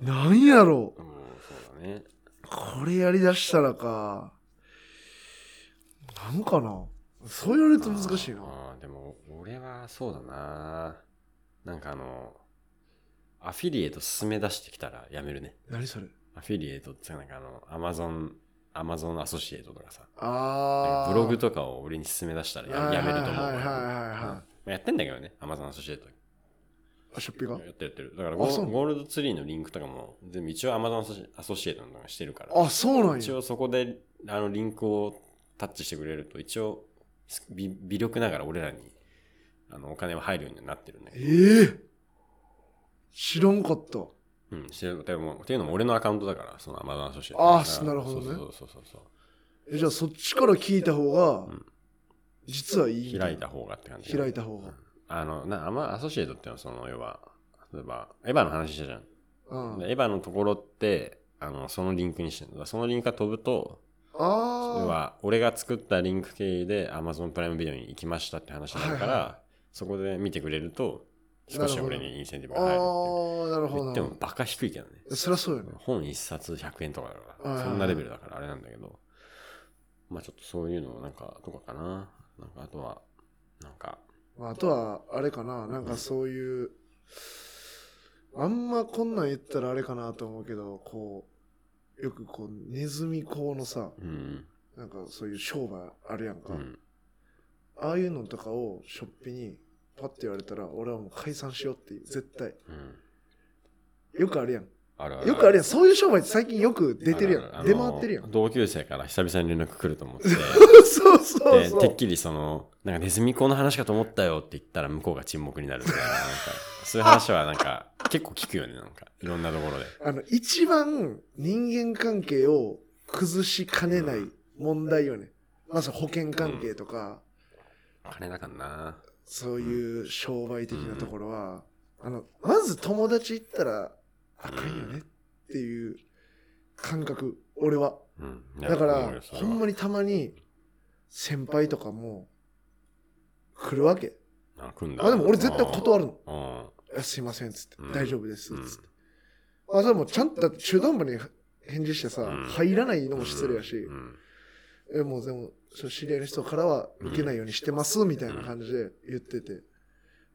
[SPEAKER 2] うん
[SPEAKER 1] なんやろ
[SPEAKER 2] うん、そうだね。
[SPEAKER 1] これやりだしたらか。なんかな。そう言われると難しいな。
[SPEAKER 2] あーでも、俺はそうだな。なんかあの、アフィリエイト進め出してきたらやめるね。
[SPEAKER 1] 何それ
[SPEAKER 2] アフィリエイトってなんかあの、アマゾン、アマゾンアソシエイトとかさ。
[SPEAKER 1] ああ。
[SPEAKER 2] ブログとかを俺に勧め出したらややめると思う。
[SPEAKER 1] はいはいはいはいはい
[SPEAKER 2] うんまあやってんだけどね、アマゾンアソシエイト。
[SPEAKER 1] あ、ショッピ
[SPEAKER 2] や
[SPEAKER 1] が
[SPEAKER 2] ってるやってる。だからゴ
[SPEAKER 1] あそう
[SPEAKER 2] ゴールドツリーのリンクとかも、全部一応アマゾンアソシエイトのとかしてるから。
[SPEAKER 1] あ、そうなん
[SPEAKER 2] 一
[SPEAKER 1] や。
[SPEAKER 2] 応そこであのリンクをタッチしてくれると、一応微微力ながら俺らにあのお金は入るようになってるんだけ
[SPEAKER 1] ええ
[SPEAKER 2] ど。
[SPEAKER 1] 知らんかった。
[SPEAKER 2] うん、してるでもっていうのも俺のアカウントだから、そのアマゾンアソシエイト。
[SPEAKER 1] あーなるほどね
[SPEAKER 2] そうそうそうそう
[SPEAKER 1] えじゃあそっちから聞いた方が、
[SPEAKER 2] ん
[SPEAKER 1] 実はいい。
[SPEAKER 2] 開いた。方がって感じ。
[SPEAKER 1] 開いた方が。
[SPEAKER 2] あの、な、あんまアソシエイトってのは、その、要は、例えば、エヴァの話したじゃん。
[SPEAKER 1] うん。
[SPEAKER 2] でエヴァのところって、あの、そのリンクにしてるんだから。そのリンクが飛ぶと、要
[SPEAKER 1] ああ。
[SPEAKER 2] は、俺が作ったリンク経由で Amazon プライムビデオに行きましたって話になるから、
[SPEAKER 1] はい
[SPEAKER 2] そこで見てくれると、少し俺にインセンティブ
[SPEAKER 1] ああ
[SPEAKER 2] が入るって
[SPEAKER 1] ー、なる
[SPEAKER 2] いう。
[SPEAKER 1] ほ
[SPEAKER 2] 言
[SPEAKER 1] ど
[SPEAKER 2] って
[SPEAKER 1] な
[SPEAKER 2] も。バカ低いけどね。
[SPEAKER 1] そりゃそうよね。
[SPEAKER 2] 本一冊100円とかだか
[SPEAKER 1] はいは
[SPEAKER 2] ら、
[SPEAKER 1] い
[SPEAKER 2] そんなレベルだからあれなんだけど、まあちょっとそういうのなんか、とかかな。なんか、あとは、なんか、
[SPEAKER 1] まあ、あとは、あれかな、なんかそういう、あんまこんなん言ったらあれかなと思うけど、こう、よくこう、ネズミ講のさ、
[SPEAKER 2] うん、
[SPEAKER 1] なんかそういう商売あるやんか、
[SPEAKER 2] うん。
[SPEAKER 1] ああいうのとかをショッピにパッて言われたら、俺はもう解散しようっていう、絶対。
[SPEAKER 2] うん。
[SPEAKER 1] よくあるやん。
[SPEAKER 2] あるある。
[SPEAKER 1] よくあるやん。そういう商売って最近よく出てるや
[SPEAKER 2] あの
[SPEAKER 1] ん。出回ってるやん。
[SPEAKER 2] 同級生から久々に連絡来ると思って
[SPEAKER 1] そうそう
[SPEAKER 2] で
[SPEAKER 1] そ
[SPEAKER 2] てっ
[SPEAKER 1] う。
[SPEAKER 2] きりそのなんかネズミ講の話かと思ったよって言ったら向こうが沈黙になるみたいななんかそういう話はなんか結構聞くよねなんかいろんなところで
[SPEAKER 1] あの、一番人間関係を崩しかねない問題よね。まず保険関係とか、
[SPEAKER 2] 金だからな
[SPEAKER 1] そういう商売的なところは、あの、まず友達行ったら、あかんよねっていう感覚、俺は。
[SPEAKER 2] うん、
[SPEAKER 1] だか
[SPEAKER 2] いや思う
[SPEAKER 1] ら
[SPEAKER 2] よ、それ
[SPEAKER 1] ほ
[SPEAKER 2] は
[SPEAKER 1] んまにたまに、先輩とかも、来るわけ。
[SPEAKER 2] あ来んだ
[SPEAKER 1] あ、でも俺絶対断るの。
[SPEAKER 2] うんうん
[SPEAKER 1] いやすいません、つって
[SPEAKER 2] うん。
[SPEAKER 1] 大丈夫です、
[SPEAKER 2] うん
[SPEAKER 1] つって。あ、それもちゃんと、だって中途半端に返事してさ
[SPEAKER 2] うん、
[SPEAKER 1] 入らないのも失礼やし、
[SPEAKER 2] うん
[SPEAKER 1] え、もうでも、そう知り合いの人からは受けないようにしてます、みたいな感じで言ってて。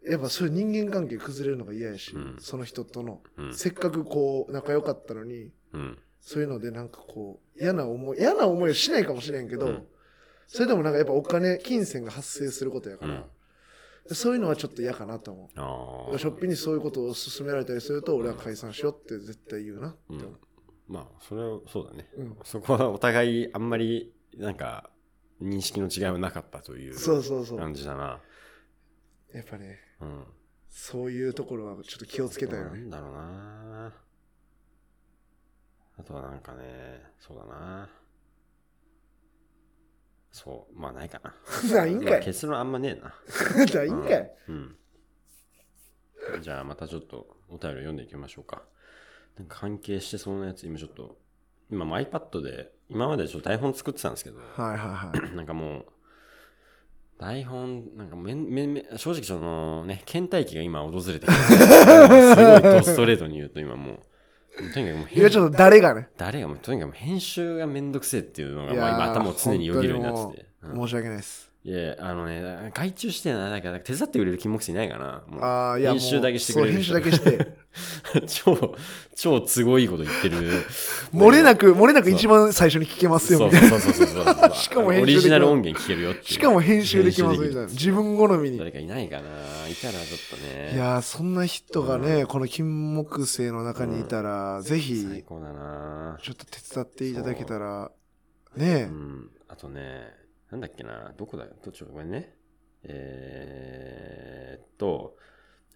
[SPEAKER 1] やっぱそういう人間関係崩れるのが嫌やし
[SPEAKER 2] うん、
[SPEAKER 1] その人との。
[SPEAKER 2] うん
[SPEAKER 1] せっかくこう、仲良かったのに、
[SPEAKER 2] うん
[SPEAKER 1] そういうのでなんかこう、嫌な思い、嫌な思いはしないかもしれんけど、
[SPEAKER 2] うん
[SPEAKER 1] それでもなんかやっぱお金、金銭が発生することやから、そういうのはちょっと嫌かなと思う。
[SPEAKER 2] あ
[SPEAKER 1] ショッピングにそういうことを勧められたりすると、俺は解散しようって絶対言うなって
[SPEAKER 2] う
[SPEAKER 1] 思
[SPEAKER 2] んまあそれはそうだね
[SPEAKER 1] う。うん。
[SPEAKER 2] そこはお互いあんまりなんか認識の違いはなかったという
[SPEAKER 1] そうそうそう。
[SPEAKER 2] 感じだな
[SPEAKER 1] やっぱね、
[SPEAKER 2] うん
[SPEAKER 1] そういうところはちょっと気をつけたよ
[SPEAKER 2] な
[SPEAKER 1] ね。
[SPEAKER 2] んだろうなあとはなんかねそうだなそうまあないかな
[SPEAKER 1] ないんかい
[SPEAKER 2] まあ結論あんまねえな
[SPEAKER 1] じゃあいいんかい。
[SPEAKER 2] うん、うんじゃあまたちょっとお便り読んでいきましょうかなんか関係してそうなやつ今ちょっと今も iPad で今までちょっと台本作ってたんですけど
[SPEAKER 1] はいはいはい。
[SPEAKER 2] なんかもう、台本、なんかめんめんめん正直そのね、倦怠期が今訪れてきて、すごいドストレートに言うと今もう、もうとにかくもう
[SPEAKER 1] いや、
[SPEAKER 2] 編
[SPEAKER 1] ちょっと誰がね、
[SPEAKER 2] 誰がもうとにかくもう編集がめんどくせえっていうのが
[SPEAKER 1] いや
[SPEAKER 2] まあ
[SPEAKER 1] ー
[SPEAKER 2] 今頭を常によぎるようになってて。うん
[SPEAKER 1] 申し訳ないです。
[SPEAKER 2] いや、あのね、外注してない、なんか手伝ってくれる金木犀いないかな。もう
[SPEAKER 1] ああ、いや、もう
[SPEAKER 2] 編集だけしてくれる
[SPEAKER 1] そう、編集だけして。
[SPEAKER 2] 超、超都合いいこと言ってる。
[SPEAKER 1] 漏れなく、漏れなく一番最初に聞けますよ、
[SPEAKER 2] そ
[SPEAKER 1] み
[SPEAKER 2] う
[SPEAKER 1] たい
[SPEAKER 2] そ
[SPEAKER 1] な
[SPEAKER 2] う。そうそうそ う。
[SPEAKER 1] しかも
[SPEAKER 2] オ
[SPEAKER 1] 編集できます
[SPEAKER 2] リジナル音源聞けるよっていう。
[SPEAKER 1] しかも編集できますみ
[SPEAKER 2] 編
[SPEAKER 1] た
[SPEAKER 2] 集
[SPEAKER 1] い
[SPEAKER 2] で
[SPEAKER 1] な。
[SPEAKER 2] きる
[SPEAKER 1] 自分好みに。
[SPEAKER 2] 誰
[SPEAKER 1] い
[SPEAKER 2] かいないかないたらちょっとね。
[SPEAKER 1] やー、そんな人がね、この金木星の中にいたら、ぜ
[SPEAKER 2] 最
[SPEAKER 1] ひ、
[SPEAKER 2] 高だな
[SPEAKER 1] ちょっと手伝っていただけたら、ね
[SPEAKER 2] うん。あとね、なんだっけな、どこだよ、どっちょごめんね。えー、っと、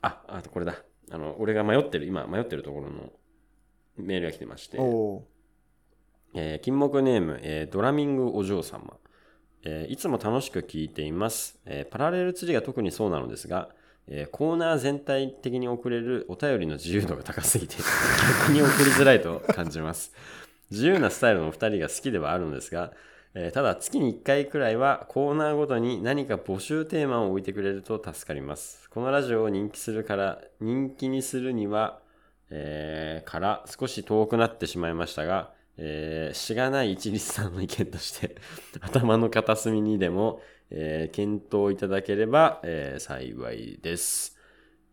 [SPEAKER 2] あ、あとこれだ。あの、俺が迷ってる、今迷ってるところのメールが来てまして
[SPEAKER 1] え。、おう
[SPEAKER 2] えー、金木ネーム、えードラミングお嬢様。えーいつも楽しく聞いています。えーパラレル釣りが特にそうなのですが、えーコーナー全体的に送れるお便りの自由度が高すぎて、逆に送りづらいと感じます。自由なスタイルのお二人が好きではあるのですが、えーただ月に1回くらいはコーナーごとに何か募集テーマを置いてくれると助かります。このラジオを人気するから、人気にするには、えーから少し遠くなってしまいましたが、えーしがない一律さんの意見として、 頭の片隅にでも、えー検討いただければ、えー幸いです。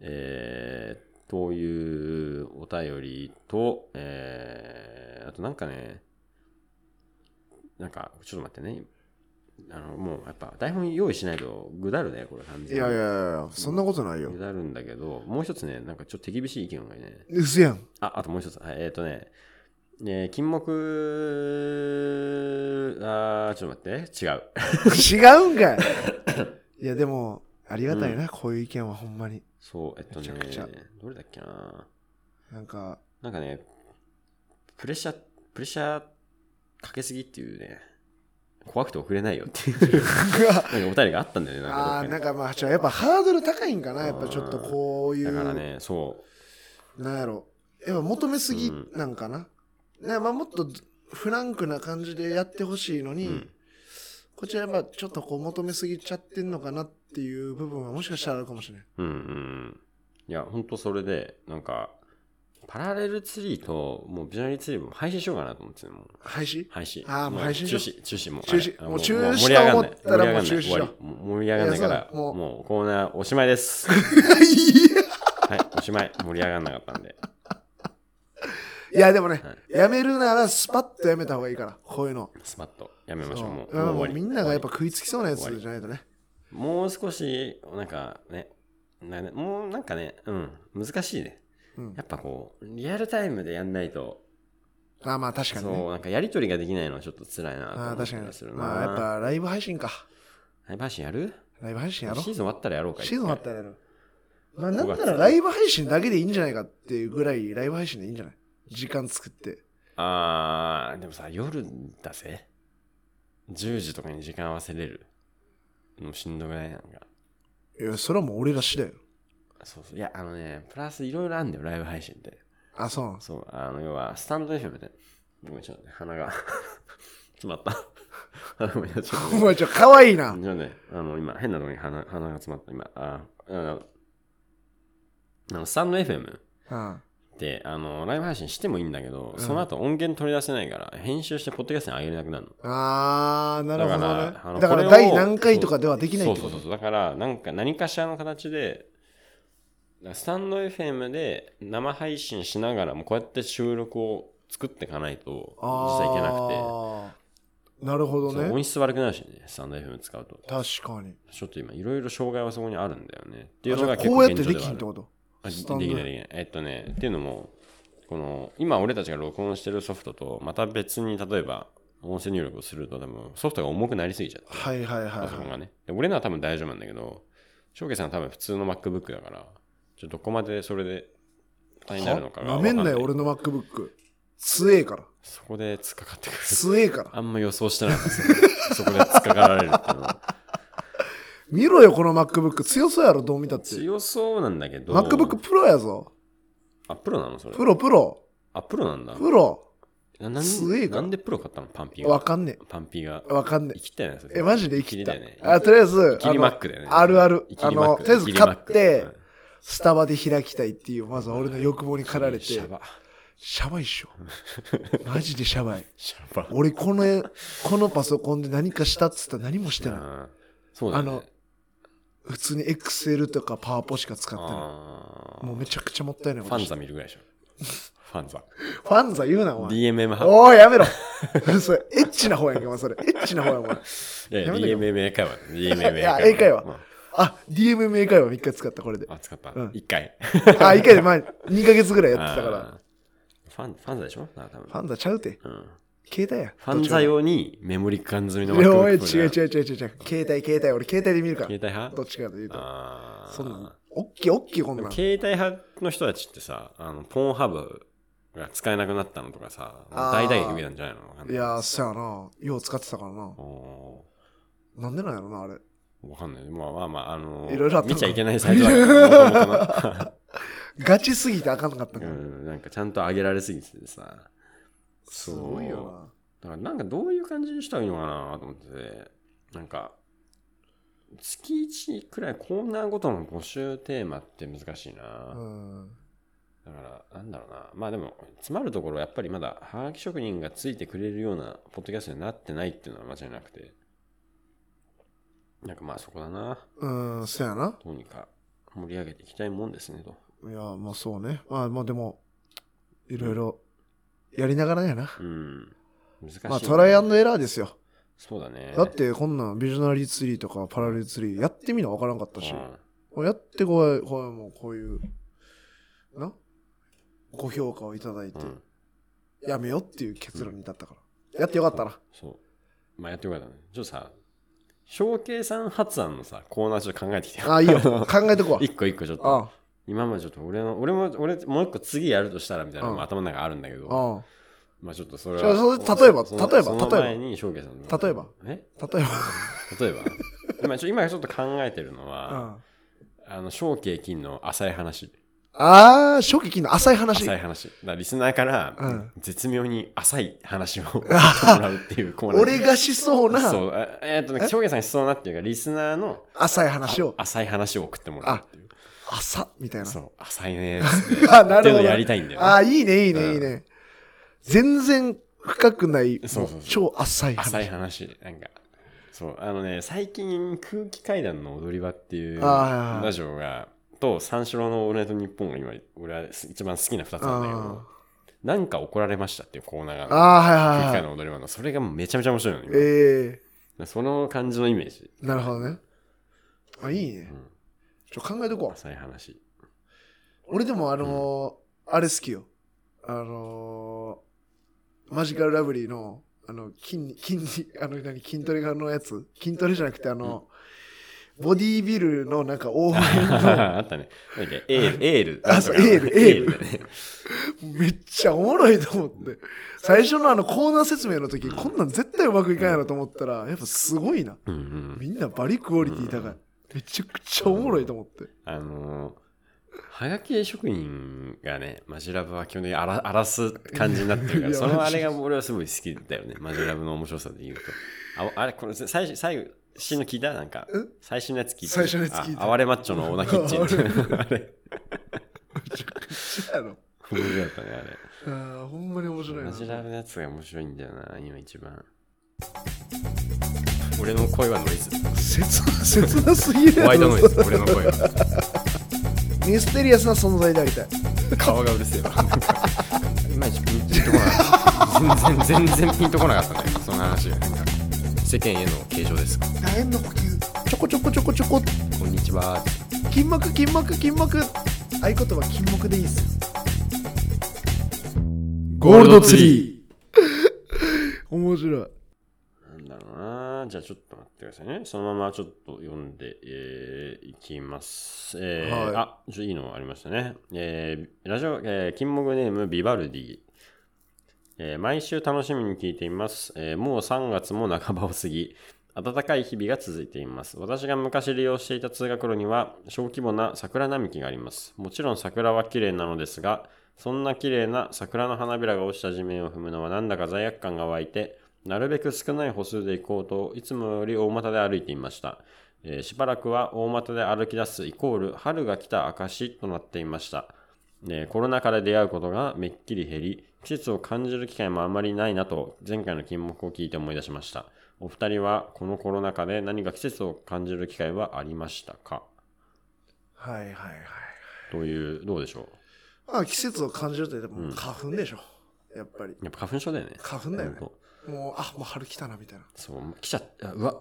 [SPEAKER 2] えーというお便りと、えーあとなんかね、なんか、ちょっと待ってね。あの、もうやっぱ台本用意しないとぐだるね、これ完全
[SPEAKER 1] い
[SPEAKER 2] に。
[SPEAKER 1] やいやいや、そんなことないよ
[SPEAKER 2] ぐ。だるんだけど、もう一つね、なんかちょっと手厳しい意見がね、
[SPEAKER 1] うせやん。
[SPEAKER 2] あ、あともう一つ。はい、えっ、とね、えー、金木、あーちょっと待って、違う。
[SPEAKER 1] 違うん かい。いや、でも、ありがたいな、こういう意見はほんまに。
[SPEAKER 2] そう、えっとね
[SPEAKER 1] めちゃくちゃ、
[SPEAKER 2] どれだっけな
[SPEAKER 1] なんか、
[SPEAKER 2] なんかね、プレッシャー、プレッシャーかけすぎっていうね、怖くて送れ ないよっ ていう、なんかお便りがあったんだよね、なんか
[SPEAKER 1] あ
[SPEAKER 2] ど
[SPEAKER 1] あ、な
[SPEAKER 2] っか
[SPEAKER 1] ん
[SPEAKER 2] に。
[SPEAKER 1] かまあ、ちょやっぱハードル高いんかな、やっぱちょっとこうい
[SPEAKER 2] だから
[SPEAKER 1] う、
[SPEAKER 2] ね、そ
[SPEAKER 1] なんやろ。やっぱ求めすぎ
[SPEAKER 2] うん
[SPEAKER 1] なんかな。ね、まあもっとフランクな感じでやってほしいの
[SPEAKER 2] う。う
[SPEAKER 1] に、
[SPEAKER 2] ん。
[SPEAKER 1] こちらやっぱちょっとこう求めすぎちゃってんのかなっていう部分はもしかしたらあるかもしれない。
[SPEAKER 2] うんうんうん。いや、ほんとそれで、なんか、パラレルツリーと、もうビジョナリーツリーも配信しようかなと思ってたの。
[SPEAKER 1] 廃 止
[SPEAKER 2] 廃止。
[SPEAKER 1] あーもう配信
[SPEAKER 2] 中
[SPEAKER 1] し
[SPEAKER 2] 止、中止、もう。
[SPEAKER 1] 中止
[SPEAKER 2] あれ
[SPEAKER 1] もう中止
[SPEAKER 2] 盛り上がんない
[SPEAKER 1] と思ったらもう中
[SPEAKER 2] 盛り上がんない
[SPEAKER 1] 止しよう
[SPEAKER 2] 終わりもう盛り上がんない
[SPEAKER 1] い
[SPEAKER 2] か
[SPEAKER 1] や
[SPEAKER 2] ら、
[SPEAKER 1] そうもう
[SPEAKER 2] もうコーナーおしまいです。 はい、おしまい。盛り上がんなかったんで。
[SPEAKER 1] いや、でもね
[SPEAKER 2] は、
[SPEAKER 1] やめるならスパッとやめた方がいいから、こういうの。
[SPEAKER 2] スパッとやめましょう。もう
[SPEAKER 1] うん
[SPEAKER 2] もう
[SPEAKER 1] もう
[SPEAKER 2] 終わり
[SPEAKER 1] みんながやっぱ食いつきそうなやつじゃないとね。
[SPEAKER 2] もう少し、なんかね、なねもうなんかね、うん、難しいね。
[SPEAKER 1] うん
[SPEAKER 2] やっぱこう、リアルタイムでやんないと、
[SPEAKER 1] あまあ確かに
[SPEAKER 2] そう、
[SPEAKER 1] ね。
[SPEAKER 2] なんかやりとりができないのはちょっと辛いなと
[SPEAKER 1] あ
[SPEAKER 2] 思
[SPEAKER 1] あ
[SPEAKER 2] った
[SPEAKER 1] 確か
[SPEAKER 2] りする
[SPEAKER 1] に。
[SPEAKER 2] な。
[SPEAKER 1] まあやっぱライブ配信か。
[SPEAKER 2] ライブ配信やる
[SPEAKER 1] ライブ配信
[SPEAKER 2] シ
[SPEAKER 1] や
[SPEAKER 2] ー
[SPEAKER 1] ろ。
[SPEAKER 2] ズ
[SPEAKER 1] シ
[SPEAKER 2] ン終わったらやろうか。
[SPEAKER 1] ーズン終わった
[SPEAKER 2] ら。
[SPEAKER 1] らやる。まあなんならライブ配信だけでいいんじゃないかっていうぐらいライブ配信でいいんじゃない時間作って。
[SPEAKER 2] あー、でもさ、夜だぜ。10時とかに時間合わせれる。もうしんどくないなんか。
[SPEAKER 1] いや、それはもう俺ら次第よ。
[SPEAKER 2] そうそう。いや、あのね、プラスいろいろあるんだよ、ライブ配信って。
[SPEAKER 1] あ、そうなんです。
[SPEAKER 2] そう、あの、要は、スタンド FM で。ごめん、ちょっとね、鼻が、 詰まった。 鼻もやっちゃった
[SPEAKER 1] お。前ちょ、かわいいな。
[SPEAKER 2] じゃあね、あの、今、変なとこに鼻鼻が詰まった、今。あ、あの、あのスタンド FM っ
[SPEAKER 1] うん。
[SPEAKER 2] て、あの、ライブ配信してもいいんだけど、その後音源取り出せないから、編集して、ポッドキャストに上げれなくなるの。
[SPEAKER 1] あー、なるほ
[SPEAKER 2] だからあ
[SPEAKER 1] ど
[SPEAKER 2] の
[SPEAKER 1] ね。だから、
[SPEAKER 2] これを
[SPEAKER 1] 第何回とかではできないって
[SPEAKER 2] そ
[SPEAKER 1] こ
[SPEAKER 2] うそう
[SPEAKER 1] と
[SPEAKER 2] そうそうだからなんか何かしらの形でだからスタンド FM で生配信しながらもこうやって収録を作っていかないと実際いけなくて
[SPEAKER 1] あー、なるほど
[SPEAKER 2] その
[SPEAKER 1] ね。
[SPEAKER 2] 音質悪くなるしねスタンド FM 使うと
[SPEAKER 1] 確かに。
[SPEAKER 2] ちょっと今いろいろ障害はそこにあるんだよねっていう
[SPEAKER 1] あじ
[SPEAKER 2] の
[SPEAKER 1] ゃ
[SPEAKER 2] が
[SPEAKER 1] あ
[SPEAKER 2] 結
[SPEAKER 1] こう
[SPEAKER 2] 構
[SPEAKER 1] やって
[SPEAKER 2] 現状
[SPEAKER 1] で
[SPEAKER 2] で
[SPEAKER 1] き
[SPEAKER 2] は
[SPEAKER 1] ん
[SPEAKER 2] あ
[SPEAKER 1] っ
[SPEAKER 2] る
[SPEAKER 1] てこと
[SPEAKER 2] あで
[SPEAKER 1] スタンド
[SPEAKER 2] きないできないえっとねっていうのもこの今俺たちが録音してるソフトとまた別に例えば音声入力をすると多分ソフトが重くなりすぎちゃって
[SPEAKER 1] はいはいはい
[SPEAKER 2] パソコン
[SPEAKER 1] は
[SPEAKER 2] がね。で俺のは多分大丈夫なんだけど、翔慶さんは多分普通の MacBook だから、ちょっとどこまでそれで負担
[SPEAKER 1] い。
[SPEAKER 2] になるのかが
[SPEAKER 1] な
[SPEAKER 2] わか
[SPEAKER 1] め
[SPEAKER 2] ん
[SPEAKER 1] ん
[SPEAKER 2] な。
[SPEAKER 1] ないよ、俺の MacBook。強えから。
[SPEAKER 2] そこで突っかかってくる。
[SPEAKER 1] 強えから。
[SPEAKER 2] あんま予想してなかったですねそこで突っかかられるっていうのは。
[SPEAKER 1] 見ろよ、この MacBook。強そうやろ、どう見たって。
[SPEAKER 2] 強そうなんだけど。
[SPEAKER 1] MacBook Pro やぞ。
[SPEAKER 2] あ、プロなのそれ
[SPEAKER 1] プ。ロ、プロ。
[SPEAKER 2] あ、プロなんだ。
[SPEAKER 1] プロ。
[SPEAKER 2] ななん
[SPEAKER 1] 強えから
[SPEAKER 2] なんでプロ買ったのパンピーが。
[SPEAKER 1] わかんね
[SPEAKER 2] パンピーが。
[SPEAKER 1] え。わかんね
[SPEAKER 2] 生きたよね、そ
[SPEAKER 1] え。
[SPEAKER 2] れ
[SPEAKER 1] え、マジで生
[SPEAKER 2] 生
[SPEAKER 1] き
[SPEAKER 2] き
[SPEAKER 1] た
[SPEAKER 2] だよね。。
[SPEAKER 1] あ、とりあえず
[SPEAKER 2] 生、き
[SPEAKER 1] あ
[SPEAKER 2] りマ
[SPEAKER 1] の
[SPEAKER 2] ッ、クだよね。
[SPEAKER 1] あるある
[SPEAKER 2] 生。き
[SPEAKER 1] あ
[SPEAKER 2] りマッ
[SPEAKER 1] の、
[SPEAKER 2] ク
[SPEAKER 1] とりあえず買っ、
[SPEAKER 2] 生きりマッ
[SPEAKER 1] て
[SPEAKER 2] ク、
[SPEAKER 1] スタバで開きたいっていう、まずは俺の欲望に
[SPEAKER 2] う
[SPEAKER 1] 駆られて、
[SPEAKER 2] シ
[SPEAKER 1] シ
[SPEAKER 2] ャバ。
[SPEAKER 1] ャバいっしょ。マジでシャバい。
[SPEAKER 2] シャバ。
[SPEAKER 1] 俺、この、このパソコンで何かしたっつったら何もしてな
[SPEAKER 2] うんそうだよね。
[SPEAKER 1] あのい。普通に Excel とかパワポしか使ってな
[SPEAKER 2] あ
[SPEAKER 1] い。
[SPEAKER 2] ー
[SPEAKER 1] もうめちゃくちゃもったいない
[SPEAKER 2] フ
[SPEAKER 1] こと
[SPEAKER 2] ァン
[SPEAKER 1] して
[SPEAKER 2] ザ見る ぐらいでしょ。ファンザ。
[SPEAKER 1] ファンザ言うな、お前。
[SPEAKER 2] DMM 派。
[SPEAKER 1] おい、やめろ。それ、エッチな方やんけ、お前、それ。エッチな方やん、お 前。
[SPEAKER 2] いやいや、
[SPEAKER 1] やめとけ
[SPEAKER 2] DMM 英 会話。DMM
[SPEAKER 1] いや英会話
[SPEAKER 2] うん
[SPEAKER 1] あ、DMM 英会話一回使った、これで。
[SPEAKER 2] あ、使った
[SPEAKER 1] うん。
[SPEAKER 2] 一回。
[SPEAKER 1] あ、一回で前、2ヶ月ぐらいやってたから。
[SPEAKER 2] あー。ファン、ファンザでしょなんか多分
[SPEAKER 1] ファンザちゃうて。
[SPEAKER 2] うん
[SPEAKER 1] 携帯や。
[SPEAKER 2] ファンザ用にメモリ缶詰の
[SPEAKER 1] いやおい違う違う違
[SPEAKER 2] 携
[SPEAKER 1] う違う違う。携帯携帯。俺携帯で見るか
[SPEAKER 2] 帯
[SPEAKER 1] ら。
[SPEAKER 2] 派
[SPEAKER 1] どっちかというと。
[SPEAKER 2] あー
[SPEAKER 1] そんなん。おっきいおっきいこん
[SPEAKER 2] で
[SPEAKER 1] な
[SPEAKER 2] も
[SPEAKER 1] ん。
[SPEAKER 2] 携帯派の人たちってさ、あの、ポーンハブが使えなくなったのとかさ、
[SPEAKER 1] あー
[SPEAKER 2] 大打撃受けたんじゃないのわかんない
[SPEAKER 1] やー、そやな。よう使ってたからな。
[SPEAKER 2] おー
[SPEAKER 1] なんでなんやろな、あれ。
[SPEAKER 2] わかんない。まあまあまあ、あの
[SPEAKER 1] いろいろあったの
[SPEAKER 2] 見ちゃいけないサイトだから元々の
[SPEAKER 1] ガチすぎてあかんかった
[SPEAKER 2] う
[SPEAKER 1] から。
[SPEAKER 2] ん、なんかちゃんと上げられすぎててさ。だか
[SPEAKER 1] すごいよ
[SPEAKER 2] らなんかどういう感じにしたらいいのかなと思ってて、なんか、月1くらいコーナーごとの募集テーマって難しいな。
[SPEAKER 1] な。うん。
[SPEAKER 2] だから、なんだろうな。まあでも、詰まるところやっぱりまだ、はがき職人がついてくれるようなポッドキャストになってないっていうのは間違いなくて。なんかまあそこだな。
[SPEAKER 1] うん、そやな。
[SPEAKER 2] どうにか盛り上げていきたいもんですねと。
[SPEAKER 1] いやー、まあそうね。まあまあでも、いろいろやりながらやな。
[SPEAKER 2] うん。難しい、
[SPEAKER 1] まあトライアンドエラーですよ。
[SPEAKER 2] そうだね。
[SPEAKER 1] だってこんなんビジョナリーツリーとかパラレルツリーやってみなわからんかったし。
[SPEAKER 2] うん
[SPEAKER 1] やってこう、こうもうこういう、なご評価をいただいて
[SPEAKER 2] う、ん
[SPEAKER 1] やめようっていう結論に至ったから。やってよかったな。
[SPEAKER 2] そう。まあやってよかったね。ちょっとさ、翔慶さん発案のさ、コーナーちょっと考えてきて。
[SPEAKER 1] ああ、いいよ。 考えとこわ。
[SPEAKER 2] 一個一個ちょっと。
[SPEAKER 1] あ
[SPEAKER 2] 今までちょっと俺の、俺も、俺もう一個次やるとしたらみたいなの
[SPEAKER 1] うん
[SPEAKER 2] も頭の中あるんだけ
[SPEAKER 1] あ、
[SPEAKER 2] ど、
[SPEAKER 1] あ
[SPEAKER 2] まあちょっとそれ
[SPEAKER 1] じゃあそ
[SPEAKER 2] は。
[SPEAKER 1] れ例えば
[SPEAKER 2] その
[SPEAKER 1] 例えば
[SPEAKER 2] その
[SPEAKER 1] 例えば
[SPEAKER 2] 前に翔慶さんの。
[SPEAKER 1] 例えば。
[SPEAKER 2] え
[SPEAKER 1] あ。例え
[SPEAKER 2] 例えば 今ちょ今ちょっと考えてるの
[SPEAKER 1] ば、
[SPEAKER 2] は、
[SPEAKER 1] あ
[SPEAKER 2] あの、翔慶金の浅い話。
[SPEAKER 1] あー、初期金の浅い話。
[SPEAKER 2] 浅い話。だからリスナーから、
[SPEAKER 1] うん
[SPEAKER 2] 絶妙に浅い 話をしてもらうっていうコーナー。
[SPEAKER 1] 俺がしそうな
[SPEAKER 2] そう、あえーっとね、
[SPEAKER 1] え
[SPEAKER 2] 翔平さんしそうなっていうか、リスナーの
[SPEAKER 1] 浅い話を、
[SPEAKER 2] 浅い話を送ってもらうっていう。
[SPEAKER 1] 浅みたいな。
[SPEAKER 2] そう、浅いねーっつって。
[SPEAKER 1] あな
[SPEAKER 2] って
[SPEAKER 1] る
[SPEAKER 2] いう
[SPEAKER 1] ほ
[SPEAKER 2] の
[SPEAKER 1] ど。
[SPEAKER 2] やりたいんだよね、
[SPEAKER 1] ああ、いいね、いいね、
[SPEAKER 2] うん
[SPEAKER 1] いいね。全然深くない、
[SPEAKER 2] そうそうそう
[SPEAKER 1] 超浅い
[SPEAKER 2] 浅い
[SPEAKER 1] 話。
[SPEAKER 2] 話。なんか、そう、あのね、最近、空気階段の踊り場っていう
[SPEAKER 1] あーはいはい
[SPEAKER 2] ラジオが、と、三四郎のオールナイトニッポンが今、俺は一番好きな二つなんだけど、なんか怒られましたっていうコーナーがあるの
[SPEAKER 1] ああ、は
[SPEAKER 2] 空気
[SPEAKER 1] いは
[SPEAKER 2] 階
[SPEAKER 1] いはい。
[SPEAKER 2] 段の踊り場の、それがめちゃめちゃ面白いの今
[SPEAKER 1] え
[SPEAKER 2] その感じのイメージ。
[SPEAKER 1] えなるほどね。あ、いいね。
[SPEAKER 2] うん
[SPEAKER 1] ちょ、考えとこう。
[SPEAKER 2] 浅い話。
[SPEAKER 1] 俺でもあのーあれ好きよ。あのーマジカルラブリーの、あの、筋に、筋に、あの、何、筋トレのやつ筋トレじゃなくて、あの、ボディービルのなんか応援の、
[SPEAKER 2] あったね。なんだっけエール、エール。
[SPEAKER 1] あそう
[SPEAKER 2] なんとか
[SPEAKER 1] エールエール
[SPEAKER 2] だね
[SPEAKER 1] めっちゃおもろいと思って。最初のあのコーナー説明の時、こんなん絶対うまくいかんやろと思ったら、やっぱすごいな。
[SPEAKER 2] うんうん。
[SPEAKER 1] みんなバリクオリティ高い。めちゃくちゃおもろいと思って。
[SPEAKER 2] あのーはがき職人がね、マジラブは基本的に荒荒らす感じになってるか
[SPEAKER 1] い
[SPEAKER 2] ら、
[SPEAKER 1] や
[SPEAKER 2] そのあれが俺はすごい好きだよね、マジラブの面白さで言うと。ああれ、これ最初、最後、新の聞いたなんか
[SPEAKER 1] え、
[SPEAKER 2] 最新のやつ聞いた。
[SPEAKER 1] 最初のやつ聞いた
[SPEAKER 2] あ、哀れマッチョのオーナーキッチンっていう。 あれ、
[SPEAKER 1] やろ。
[SPEAKER 2] 面白かったね、
[SPEAKER 1] ああ、ほんまに面
[SPEAKER 2] あ
[SPEAKER 1] 白
[SPEAKER 2] れ。
[SPEAKER 1] い
[SPEAKER 2] マジラ
[SPEAKER 1] な。
[SPEAKER 2] ブのやつが面白いんだよな、今一番。俺の声はノイズ。
[SPEAKER 1] 切切なすぎる
[SPEAKER 2] ホワ
[SPEAKER 1] や
[SPEAKER 2] イトノイ
[SPEAKER 1] ろ。
[SPEAKER 2] ズ、俺の声は。
[SPEAKER 1] ミステリアスな存在でありたい。
[SPEAKER 2] 顔がうるせえわ。なんかいまいちピンとこなかった。全然、全然ピンとこなかったね。その話が。なんか世間への形状です。
[SPEAKER 1] 楕円の呼吸。ちょこちょこちょこちょこ。
[SPEAKER 2] こんにちは。
[SPEAKER 1] 筋膜、筋膜、筋膜。合言葉、筋膜でいいっすよ。
[SPEAKER 2] ゴールドツリ
[SPEAKER 1] ー。面白い。
[SPEAKER 2] なんだろうなじゃあちょっと待ってくださいね。そのままちょっと読んで、えーいきます。えー
[SPEAKER 1] はい
[SPEAKER 2] あ、ちょいいのありましたね。えーラジオ、えー、金木ネームビバルディ。えー毎週楽しみに聞いています、えーもう3月も半ばを過ぎ、暖かい日々が続いています。私が昔利用していた通学路には、小規模な桜並木があります。もちろん桜は綺麗なのですが、そんな綺麗な桜の花びらが落ちた地面を踏むのはなんだか罪悪感が湧いて、なるべく少ない歩数で行こうと、いつもより大股で歩いていました。えーしばらくは大股で歩き出すイコール春が来た証となっていました。ね、コロナ禍で出会うことがめっきり減り、季節を感じる機会もあまりないなと、前回の金目を聞いて思い出しました。お二人は、このコロナ禍で何か季節を感じる機会はありましたか
[SPEAKER 1] はいはいはい。
[SPEAKER 2] という、どうでしょ
[SPEAKER 1] まあ、季節を感じると言っても
[SPEAKER 2] うん
[SPEAKER 1] 花粉でしょ。やっぱり。
[SPEAKER 2] うやっぱ花粉症だよね。
[SPEAKER 1] 花粉だよね
[SPEAKER 2] ほんと
[SPEAKER 1] もう、あ、もう春来たな、みたいな。
[SPEAKER 2] そう、来ちゃった。うわ、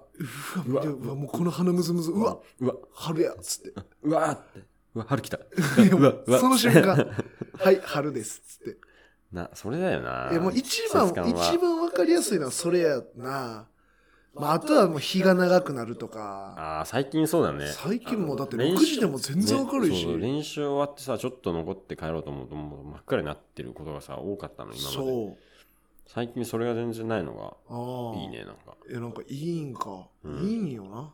[SPEAKER 1] うわ、うわもうこの鼻むずむず。うわ、
[SPEAKER 2] うわ、
[SPEAKER 1] 春やっつって。
[SPEAKER 2] うわーって。うわ、春 来た。
[SPEAKER 1] いや
[SPEAKER 2] うわ、うわ。
[SPEAKER 1] その瞬間、はい、春ですっつって。
[SPEAKER 2] な、それだよな。
[SPEAKER 1] いやもう一番、
[SPEAKER 2] 季節感は
[SPEAKER 1] 一番わかりやすいのはそれやな。まあ、あとはもう日が長くなるとか。
[SPEAKER 2] ああ、最近そうだね。
[SPEAKER 1] 最近もうだって
[SPEAKER 2] 練
[SPEAKER 1] 6
[SPEAKER 2] 習
[SPEAKER 1] 時でも全然わかる
[SPEAKER 2] ね
[SPEAKER 1] し。
[SPEAKER 2] そう練習終わってさ、ちょっと残って帰ろうと思うと、もう真っ暗になってることがさ、多かったの、今まで。
[SPEAKER 1] そう。
[SPEAKER 2] 最近それが全然ないの
[SPEAKER 1] あ
[SPEAKER 2] が、
[SPEAKER 1] あ。
[SPEAKER 2] いいね、なんか。
[SPEAKER 1] え、なんかいいんか。
[SPEAKER 2] うん
[SPEAKER 1] いいんよな。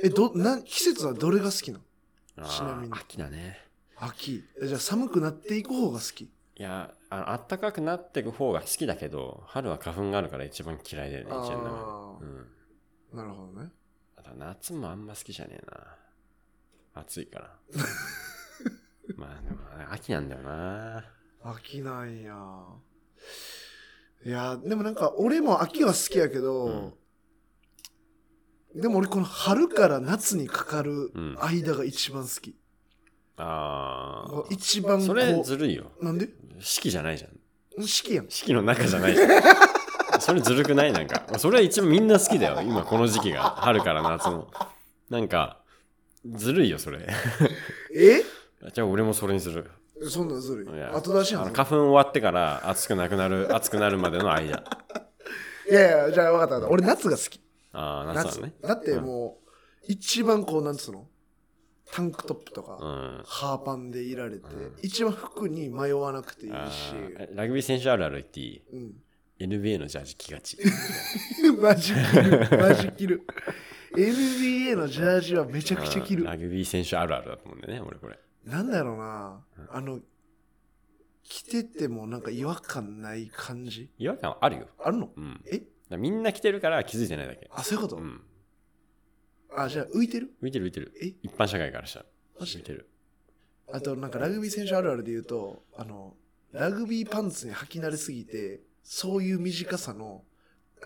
[SPEAKER 1] え、ど、な、季節はどれが好きなの
[SPEAKER 2] あー
[SPEAKER 1] ちなみに
[SPEAKER 2] 秋だね。
[SPEAKER 1] 秋。えじゃあ寒くなっていく方が好き。
[SPEAKER 2] いや、あの、暖かくなっていく方が好きだけど、春は花粉があるから一番嫌いだよね、一年の
[SPEAKER 1] あ
[SPEAKER 2] 中
[SPEAKER 1] ー
[SPEAKER 2] で。うん。
[SPEAKER 1] なるほどね。
[SPEAKER 2] あと夏もあんま好きじゃねえな。暑い から。まあでも、秋なんだよな。
[SPEAKER 1] 飽きないやいやでもなんか俺も秋は好きやけど、でも俺この春から夏にかかる
[SPEAKER 2] うん
[SPEAKER 1] 間が一番好き、
[SPEAKER 2] あ
[SPEAKER 1] こう一番
[SPEAKER 2] あ。
[SPEAKER 1] こ
[SPEAKER 2] そうれずるいよ。
[SPEAKER 1] なんで
[SPEAKER 2] 四季じゃないじゃん。
[SPEAKER 1] 四季やん
[SPEAKER 2] 四季の中じゃないじゃん。それずるくないなんか。それは一番みんな好きだよ。今この時期が。春から夏の。なんか、ずるいよ、それ。
[SPEAKER 1] え
[SPEAKER 2] じゃあ俺もそれにする。
[SPEAKER 1] そんなんずる
[SPEAKER 2] い
[SPEAKER 1] い
[SPEAKER 2] や
[SPEAKER 1] 後出し
[SPEAKER 2] あ
[SPEAKER 1] や
[SPEAKER 2] の
[SPEAKER 1] ん
[SPEAKER 2] 花粉終わってから暑くなくなる、暑くなるまでの間。
[SPEAKER 1] いやいやじゃあ分かった分かった俺夏が好き
[SPEAKER 2] ああ、夏
[SPEAKER 1] 夏
[SPEAKER 2] はね。
[SPEAKER 1] だってもう、一番こうなんつうのタンクトップとか、
[SPEAKER 2] うん。
[SPEAKER 1] ハーパンでいられて、
[SPEAKER 2] うん
[SPEAKER 1] 一番服に迷わなくていい
[SPEAKER 2] あ
[SPEAKER 1] し
[SPEAKER 2] ーラグビー選手あるある言っていい
[SPEAKER 1] うん
[SPEAKER 2] ?NBA のジャージ着がち。
[SPEAKER 1] マジ着る。マジ着る。NBA のジャージはめちゃくちゃ着
[SPEAKER 2] う
[SPEAKER 1] る
[SPEAKER 2] ん。ラグビー選手あるあるだと思うんだよね、俺これ。
[SPEAKER 1] なんだろうな
[SPEAKER 2] うん。
[SPEAKER 1] あの、着ててもなんか違和感ない感じ
[SPEAKER 2] 違和感あるよ。
[SPEAKER 1] あるの
[SPEAKER 2] うん。だか
[SPEAKER 1] え
[SPEAKER 2] らみんな着てるから気づいてないだけ。
[SPEAKER 1] あ、そういうこ
[SPEAKER 2] う
[SPEAKER 1] と、
[SPEAKER 2] ん。
[SPEAKER 1] あ、じゃあ浮いてる
[SPEAKER 2] 浮いてる浮いてる。
[SPEAKER 1] え
[SPEAKER 2] 一般社会からしたら。
[SPEAKER 1] マジ
[SPEAKER 2] 浮いてる。
[SPEAKER 1] あとなんかラグビー選手あるあるで言うと、あの、ラグビーパンツに履き慣れすぎて、そういう短さの、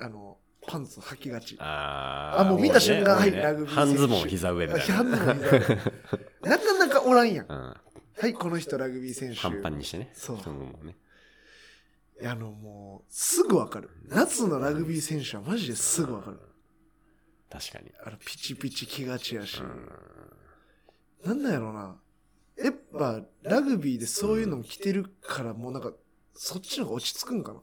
[SPEAKER 1] あの、パンツ履きがち。
[SPEAKER 2] あー
[SPEAKER 1] あもう見た瞬間
[SPEAKER 2] 多いね
[SPEAKER 1] はいラグビー選手
[SPEAKER 2] 半ズボン膝上み
[SPEAKER 1] あ
[SPEAKER 2] たい
[SPEAKER 1] 批
[SPEAKER 2] な。
[SPEAKER 1] 判なのにななかなかおらんやん。
[SPEAKER 2] うん。
[SPEAKER 1] はい、この人ラグビー選手。
[SPEAKER 2] 半パンにしてね。
[SPEAKER 1] そう
[SPEAKER 2] 太ももをね。
[SPEAKER 1] いやあのもうすぐわかる夏のラグビー選手はマジですぐわかる
[SPEAKER 2] 確かに。
[SPEAKER 1] あのピチピチ着がちやし、
[SPEAKER 2] うん。
[SPEAKER 1] なんなんやろうなやっぱラグビーでそういうのも着てるからもうなんかそっちの方が落ち着くんかな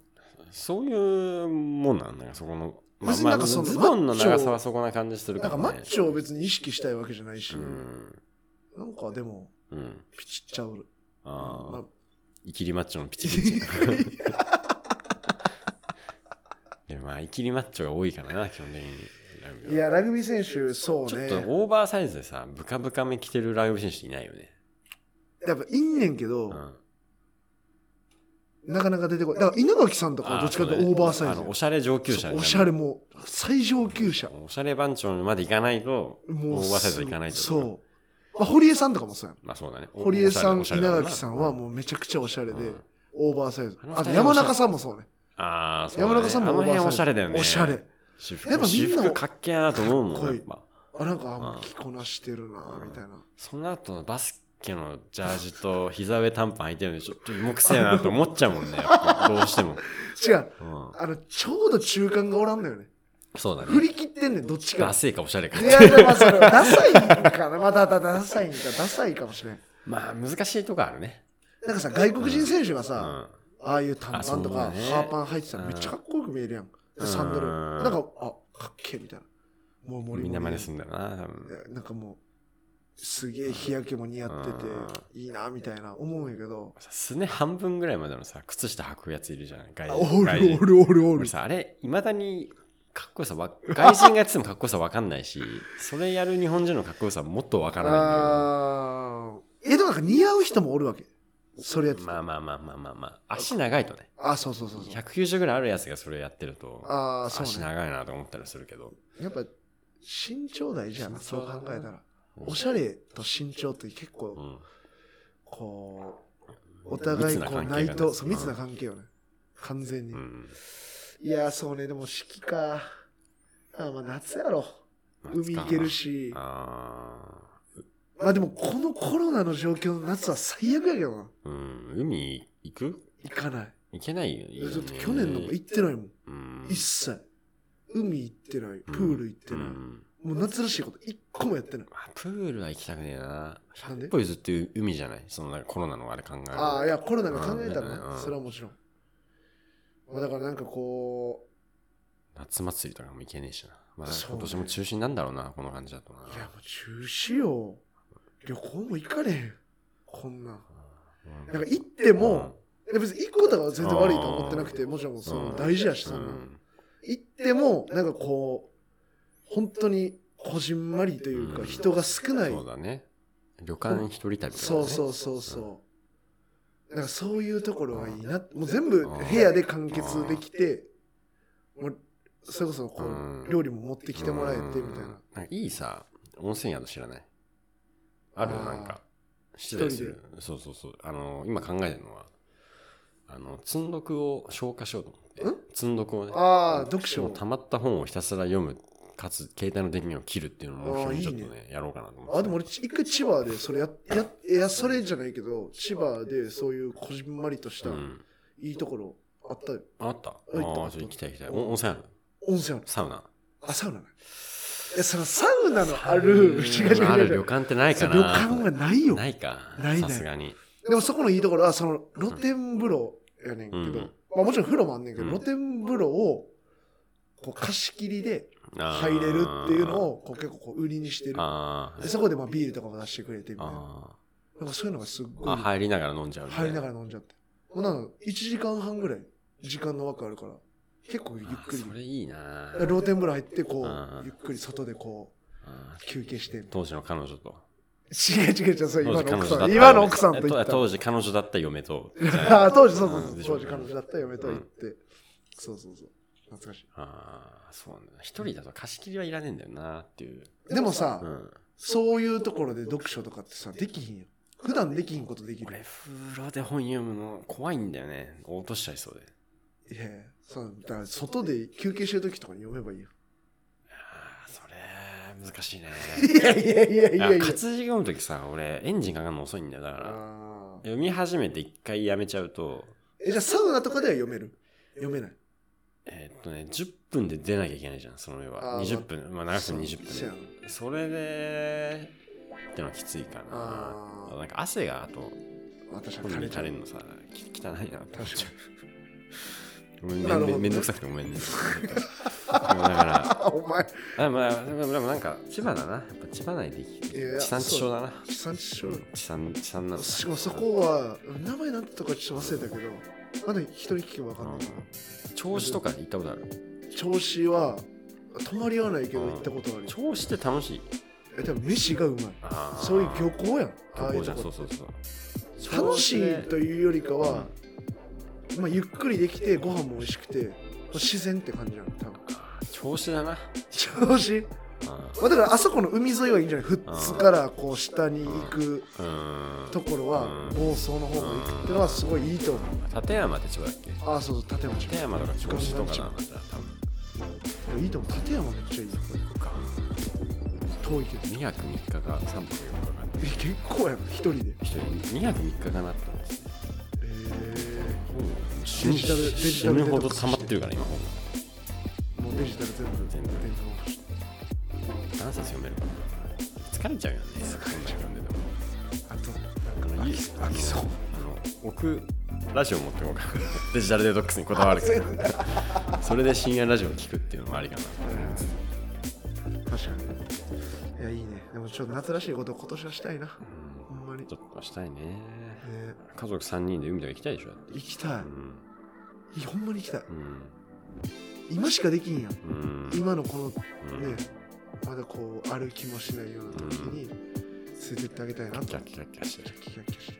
[SPEAKER 2] そういうもんなんだよ、そこの。まあ
[SPEAKER 1] 別に
[SPEAKER 2] ま
[SPEAKER 1] なん
[SPEAKER 2] あ、
[SPEAKER 1] かその
[SPEAKER 2] ズボンの
[SPEAKER 1] マッチョ
[SPEAKER 2] 長さはそこな感じする
[SPEAKER 1] な
[SPEAKER 2] か、
[SPEAKER 1] んから
[SPEAKER 2] ね。
[SPEAKER 1] マッチョを別に意識したいわけじゃないし、
[SPEAKER 2] うん。
[SPEAKER 1] なんかでも
[SPEAKER 2] うん。
[SPEAKER 1] ピチっちゃう
[SPEAKER 2] あ
[SPEAKER 1] ま
[SPEAKER 2] あ
[SPEAKER 1] あ。
[SPEAKER 2] イキリマッチョのピチピチ。でもまあ、イキリマッチョが多いからな、基本的に。ラグビー
[SPEAKER 1] いや、ラグビー選手、そう
[SPEAKER 2] ちょっ
[SPEAKER 1] ね。
[SPEAKER 2] とオーバーサイズでさ、ブカブカめ着てるラグビー選手いないよね。
[SPEAKER 1] やっぱいんねんけど、
[SPEAKER 2] うん。
[SPEAKER 1] なかなか出てこない。だから稲垣さんとかはどっちかというとオーバーサイ
[SPEAKER 2] あ
[SPEAKER 1] ズ
[SPEAKER 2] の、おしゃれ上級者
[SPEAKER 1] そ
[SPEAKER 2] に
[SPEAKER 1] う
[SPEAKER 2] な
[SPEAKER 1] お
[SPEAKER 2] る
[SPEAKER 1] しゃれもう最上級者。
[SPEAKER 2] おしゃれ番長まで行かないと、オ
[SPEAKER 1] もう
[SPEAKER 2] ーバーサイズ行かないと。
[SPEAKER 1] そう。まあ、堀江さんとかもそうやん。
[SPEAKER 2] う。まあそうだね。お
[SPEAKER 1] 堀江さん、
[SPEAKER 2] おしゃ
[SPEAKER 1] 稲
[SPEAKER 2] れおしゃれだもな
[SPEAKER 1] 垣さんはもうめちゃくちゃおしゃれで、
[SPEAKER 2] うん
[SPEAKER 1] オーバーサイズ
[SPEAKER 2] あ。の
[SPEAKER 1] あ
[SPEAKER 2] 二
[SPEAKER 1] と
[SPEAKER 2] 人
[SPEAKER 1] 山中さんもそうね。
[SPEAKER 2] ああ、そうだね。
[SPEAKER 1] 山中さんも
[SPEAKER 2] あの
[SPEAKER 1] オーバーサイズ。
[SPEAKER 2] 辺おしゃれだよね。
[SPEAKER 1] おしゃれ。
[SPEAKER 2] 私服。
[SPEAKER 1] やっぱみんな
[SPEAKER 2] 私服かっけえなと思うもん、
[SPEAKER 1] かっこいい
[SPEAKER 2] やっぱ
[SPEAKER 1] あ、なんか
[SPEAKER 2] うん
[SPEAKER 1] 着こなしてるな、みたいな。
[SPEAKER 2] その後のバスケのジャージと膝上短パン履いてるので、ちょっと芋くせえなと思っちゃうもんね、やっぱどうしても。
[SPEAKER 1] 違う。
[SPEAKER 2] うん。
[SPEAKER 1] あの、ちょうど中間がおらんのよね。
[SPEAKER 2] そうだ
[SPEAKER 1] 振
[SPEAKER 2] ね。
[SPEAKER 1] り切ってんねん、どっち
[SPEAKER 2] ダ
[SPEAKER 1] が。
[SPEAKER 2] セえかおしゃれか
[SPEAKER 1] い。や、でもそれ、ダサいんかな。また、だダサいんか、ダサいかもしれん。
[SPEAKER 2] まあ難しいとこあるね。
[SPEAKER 1] なんかさ、外国人選手が
[SPEAKER 2] う
[SPEAKER 1] さ、
[SPEAKER 2] ん。
[SPEAKER 1] ああいう短パンとか、
[SPEAKER 2] あそうね
[SPEAKER 1] ハーパン入ってたらめっちゃかっこよく見えるやん。
[SPEAKER 2] ん
[SPEAKER 1] サンダル。
[SPEAKER 2] うん
[SPEAKER 1] なんか、あ、かっけえみたいな。もう森
[SPEAKER 2] みんな真似
[SPEAKER 1] す
[SPEAKER 2] すんだよな、多分。
[SPEAKER 1] なんかもう、すげえ日焼けも似合ってて、いいな、みたいな思うんやけど。
[SPEAKER 2] すね半分ぐらいまでのさ、靴下履くやついるじゃない外
[SPEAKER 1] あお
[SPEAKER 2] 外人
[SPEAKER 1] るおるおるお
[SPEAKER 2] 俺
[SPEAKER 1] る。
[SPEAKER 2] さ、あれ、いまだに、かっこよさわ、外人がやっててもかっこよさわかんないし、 それやる日本人のかっこよさもっとわからないんだけど。
[SPEAKER 1] あーえ、でもなんか似合う人もおるわけ。それやってて
[SPEAKER 2] まあまあまあまあまあまあ、足長いとね。
[SPEAKER 1] あ、そうそうそうそう。
[SPEAKER 2] 190ぐらいあるやつがそれやってると、
[SPEAKER 1] ああ、そう
[SPEAKER 2] 足
[SPEAKER 1] ね。
[SPEAKER 2] 長いなと思ったりするけど。
[SPEAKER 1] やっぱ、身長大事やな、
[SPEAKER 2] 身
[SPEAKER 1] そう
[SPEAKER 2] 長だ
[SPEAKER 1] 考
[SPEAKER 2] な
[SPEAKER 1] えたら。
[SPEAKER 2] うん
[SPEAKER 1] おしゃれと身長って結
[SPEAKER 2] う
[SPEAKER 1] 構、
[SPEAKER 2] ん。
[SPEAKER 1] こう、お互い、
[SPEAKER 2] 密な
[SPEAKER 1] こう、
[SPEAKER 2] 関係
[SPEAKER 1] ない
[SPEAKER 2] が
[SPEAKER 1] と、
[SPEAKER 2] ね
[SPEAKER 1] そう密な関係よね。完全に
[SPEAKER 2] う。ん。
[SPEAKER 1] いやー、そうね、でも、四季か。あーまあ、夏やろ。海行ける。し。
[SPEAKER 2] ああ。
[SPEAKER 1] まあでも、このコロナの状況の夏は最悪やけどな。
[SPEAKER 2] うん。海行く
[SPEAKER 1] 行かない。
[SPEAKER 2] 行けないよ、
[SPEAKER 1] だって去年のも行ってないもん。
[SPEAKER 2] うん。
[SPEAKER 1] 一切。海行ってない。プール行ってない。
[SPEAKER 2] うん
[SPEAKER 1] もう夏らしいこと一個もやってない。
[SPEAKER 2] あプールは行きたくねえな。
[SPEAKER 1] なんで
[SPEAKER 2] ポイズって海じゃないそのなんかコロナのあれ考えると
[SPEAKER 1] ああ、いや、コロナが考えたらね
[SPEAKER 2] うんうんうん
[SPEAKER 1] それはもちろん。まあ、だからなんかこ
[SPEAKER 2] 夏祭りとかも行けねえしな。まあ、
[SPEAKER 1] そうね
[SPEAKER 2] 今年も中止なんだろうな、この感じだとな。
[SPEAKER 1] う、いや、もう中止よ。旅行も行かれへん。こんなん。
[SPEAKER 2] うん
[SPEAKER 1] なんか行っても、いや別に行くことが全然悪いとは思ってなくて、もちろんそ
[SPEAKER 2] うん
[SPEAKER 1] の大事やし、そ
[SPEAKER 2] うん
[SPEAKER 1] な。
[SPEAKER 2] ん
[SPEAKER 1] 行っても、なんかこう、本当にこじんまりという
[SPEAKER 2] う
[SPEAKER 1] か、
[SPEAKER 2] ん
[SPEAKER 1] 人が少ない。
[SPEAKER 2] そうだね。旅館一人旅とかね。。
[SPEAKER 1] そうそううそうそう。なんかそういうところがいいな。もう全部部屋で完結できて、もうそれこそこ
[SPEAKER 2] うん
[SPEAKER 1] う料理も持ってきてもらえてみたいな。。
[SPEAKER 2] なんかいいさ、温泉宿知らないある
[SPEAKER 1] あー
[SPEAKER 2] なんか。知ってたりする。そうそうそう。あの、今考えてるのは、あの、積んどくを消化しようと思って。積んどくをね。
[SPEAKER 1] ああ、読書
[SPEAKER 2] もう溜まった本をひたすら読む、かつ携帯の電源を切るっていうのを目標にちょっと
[SPEAKER 1] あー
[SPEAKER 2] ね、やろうかなと思って。
[SPEAKER 1] あ、でも俺、一回千葉でそれや、や、いや、それじゃないけど、千葉でそういうこじんまりとした
[SPEAKER 2] う
[SPEAKER 1] い
[SPEAKER 2] ん。
[SPEAKER 1] いところあったよ。
[SPEAKER 2] あった。ああ
[SPEAKER 1] 行った
[SPEAKER 2] ー、ちょっと行きたい行きたい。お温泉ある
[SPEAKER 1] 温泉ある。
[SPEAKER 2] サウナ。
[SPEAKER 1] あ、サウナね。いや、そのサウナのある、違う違う違う
[SPEAKER 2] ある旅
[SPEAKER 1] 違う
[SPEAKER 2] 館ってない
[SPEAKER 1] そ
[SPEAKER 2] か
[SPEAKER 1] う
[SPEAKER 2] な
[SPEAKER 1] 旅館がないよ。
[SPEAKER 2] ないか。
[SPEAKER 1] ないない
[SPEAKER 2] さすがに。
[SPEAKER 1] でもそこのいいところは、その露天風呂やねんけど、
[SPEAKER 2] うん
[SPEAKER 1] まあもちろん風呂もあんねんけど、
[SPEAKER 2] うん
[SPEAKER 1] 露天風呂を、こう貸し切りで
[SPEAKER 2] あー
[SPEAKER 1] 入れるっていうの。をこう結構こう売りにしてる。
[SPEAKER 2] あー
[SPEAKER 1] でそこでまあビールとかも出してくれてみたいな。
[SPEAKER 2] あ
[SPEAKER 1] なんかそういうのがすっ
[SPEAKER 2] ー。
[SPEAKER 1] ご
[SPEAKER 2] あ、
[SPEAKER 1] い
[SPEAKER 2] 入りながら飲んじゃうみたい。
[SPEAKER 1] 入りながら飲んじゃって。もうなんか1時間半ぐらい時間の枠あるから、結構ゆっくり
[SPEAKER 2] あー。それいいな
[SPEAKER 1] だから露天風呂入ってこ
[SPEAKER 2] あ
[SPEAKER 1] う
[SPEAKER 2] ー、
[SPEAKER 1] ゆっくり外でこ
[SPEAKER 2] あ
[SPEAKER 1] う
[SPEAKER 2] ー
[SPEAKER 1] 休憩して。
[SPEAKER 2] 当時の彼女と。
[SPEAKER 1] 違う違う違う、それ今の奥さ
[SPEAKER 2] 当
[SPEAKER 1] ん。
[SPEAKER 2] 時
[SPEAKER 1] 今の奥さんと
[SPEAKER 2] 彼
[SPEAKER 1] 行
[SPEAKER 2] 女だ
[SPEAKER 1] っ
[SPEAKER 2] った
[SPEAKER 1] た。
[SPEAKER 2] 当時彼女だった嫁と。
[SPEAKER 1] ああ、当時、そうそう
[SPEAKER 2] うん
[SPEAKER 1] そう。
[SPEAKER 2] でしょ
[SPEAKER 1] 当時彼女だった嫁と行って。そうそうそう。懐かし
[SPEAKER 2] ああ、そうなんだ。一人だと貸し切りはいらねえんだよなっていう。
[SPEAKER 1] い。でもさ
[SPEAKER 2] う、ん。
[SPEAKER 1] そういうところで読書とかってさ、できひんよ。普段できひんことでき
[SPEAKER 2] 俺、
[SPEAKER 1] る。
[SPEAKER 2] 風呂で本読むの怖いんだよね。落としちゃいそうで。
[SPEAKER 1] いやいやそう、だから外で休憩してる時とかに読めばいいよ。
[SPEAKER 2] ああ、それ、難しいね。
[SPEAKER 1] いやいやいやい や
[SPEAKER 2] い
[SPEAKER 1] い
[SPEAKER 2] や、
[SPEAKER 1] や。
[SPEAKER 2] 活字読むときさ、俺、エンジンかかるの遅いんだよ。だから、
[SPEAKER 1] あー
[SPEAKER 2] 読み始めて一回やめちゃうと、
[SPEAKER 1] え、じゃあサウナとかでは読める読めない。
[SPEAKER 2] えーっとね、10分で出なきゃいけないじゃん、その上
[SPEAKER 1] あ
[SPEAKER 2] は。
[SPEAKER 1] ー
[SPEAKER 2] 20分、まあ、長くても20
[SPEAKER 1] そう
[SPEAKER 2] 分
[SPEAKER 1] やん
[SPEAKER 2] で。それで、ってのはきついか
[SPEAKER 1] あ
[SPEAKER 2] な。
[SPEAKER 1] ー
[SPEAKER 2] なんか汗が、あと、
[SPEAKER 1] 私は
[SPEAKER 2] 本
[SPEAKER 1] 垂れ
[SPEAKER 2] に
[SPEAKER 1] ちゃ
[SPEAKER 2] 垂
[SPEAKER 1] う
[SPEAKER 2] れ。るのさ、き汚いなって思っちゃう。ごめん
[SPEAKER 1] なるほど
[SPEAKER 2] めんめんどくさくてごめんね。 だか
[SPEAKER 1] あ、お前、
[SPEAKER 2] ら、 あまあ、でもでもなんか、千葉だな。やっぱ千葉内で生き
[SPEAKER 1] いやい
[SPEAKER 2] て
[SPEAKER 1] や
[SPEAKER 2] 地産地消だな。
[SPEAKER 1] 地産地消よ。
[SPEAKER 2] 地産、地産なの。
[SPEAKER 1] しかもそこは、名前なんてとかちょっと忘れたけど、まだ人に聞けばわかんないけど。
[SPEAKER 2] 調子とか行ったことある
[SPEAKER 1] 調子は泊まりはないけど行ったことあるよ
[SPEAKER 2] 調子って楽しい。
[SPEAKER 1] えでも飯がうまい
[SPEAKER 2] あー
[SPEAKER 1] そういう漁港やんああい
[SPEAKER 2] 漁
[SPEAKER 1] う
[SPEAKER 2] 港じゃ
[SPEAKER 1] と
[SPEAKER 2] ん
[SPEAKER 1] こ
[SPEAKER 2] そう
[SPEAKER 1] っ
[SPEAKER 2] そうそう。
[SPEAKER 1] て楽しいというよりかは、まあ、ゆっくりできてご飯も美味しくて自然って感じなの多分
[SPEAKER 2] 調子だな。
[SPEAKER 1] 調子、
[SPEAKER 2] あ
[SPEAKER 1] まあ、だからあそこの海沿いはいいんじゃない富津からこう下に行く
[SPEAKER 2] ーう
[SPEAKER 1] ところは
[SPEAKER 2] うん
[SPEAKER 1] 房総の方が行くっていうのはすごいいいと思う
[SPEAKER 2] ーん。立山って違うだっけ
[SPEAKER 1] ああそうそう立山
[SPEAKER 2] 立山とか調子とかな、また多分。
[SPEAKER 1] いいと思う立山めっちゃいいよこれ
[SPEAKER 2] か
[SPEAKER 1] 遠いけど
[SPEAKER 2] 2泊3日か3泊4日かな
[SPEAKER 1] え結構やん一人で
[SPEAKER 2] 一人2泊3日かなって思って
[SPEAKER 1] ええ
[SPEAKER 2] 死
[SPEAKER 1] デジタルデジタル
[SPEAKER 2] ぬほど溜まってるから今本
[SPEAKER 1] もうデジタル全部
[SPEAKER 2] 全部
[SPEAKER 1] 電子オフして
[SPEAKER 2] 何冊読めるかな疲れちゃうよねこんな読んでても
[SPEAKER 1] あと
[SPEAKER 2] あの
[SPEAKER 1] 飽き飽きそう
[SPEAKER 2] あの僕ラジオ持ってこうかな デジタルデトックスにこだわるから それで深夜ラジオを聞くっていうのもありかな
[SPEAKER 1] うん確かにいやいいねでもちょっと夏らしいことを今年はしたいなほんまに
[SPEAKER 2] ちょっとしたいね
[SPEAKER 1] え
[SPEAKER 2] 家族3人で海とか行きたいでしょだって
[SPEAKER 1] ー行きたい
[SPEAKER 2] うん
[SPEAKER 1] いやほんまに行きたい
[SPEAKER 2] うん
[SPEAKER 1] 今しかできんやん
[SPEAKER 2] うん
[SPEAKER 1] 今のこの
[SPEAKER 2] う
[SPEAKER 1] ね
[SPEAKER 2] ん
[SPEAKER 1] まだこう歩きもしないような時に連れてってあげたいなと
[SPEAKER 2] キャッキャッキャして
[SPEAKER 1] キャッキャッキャッして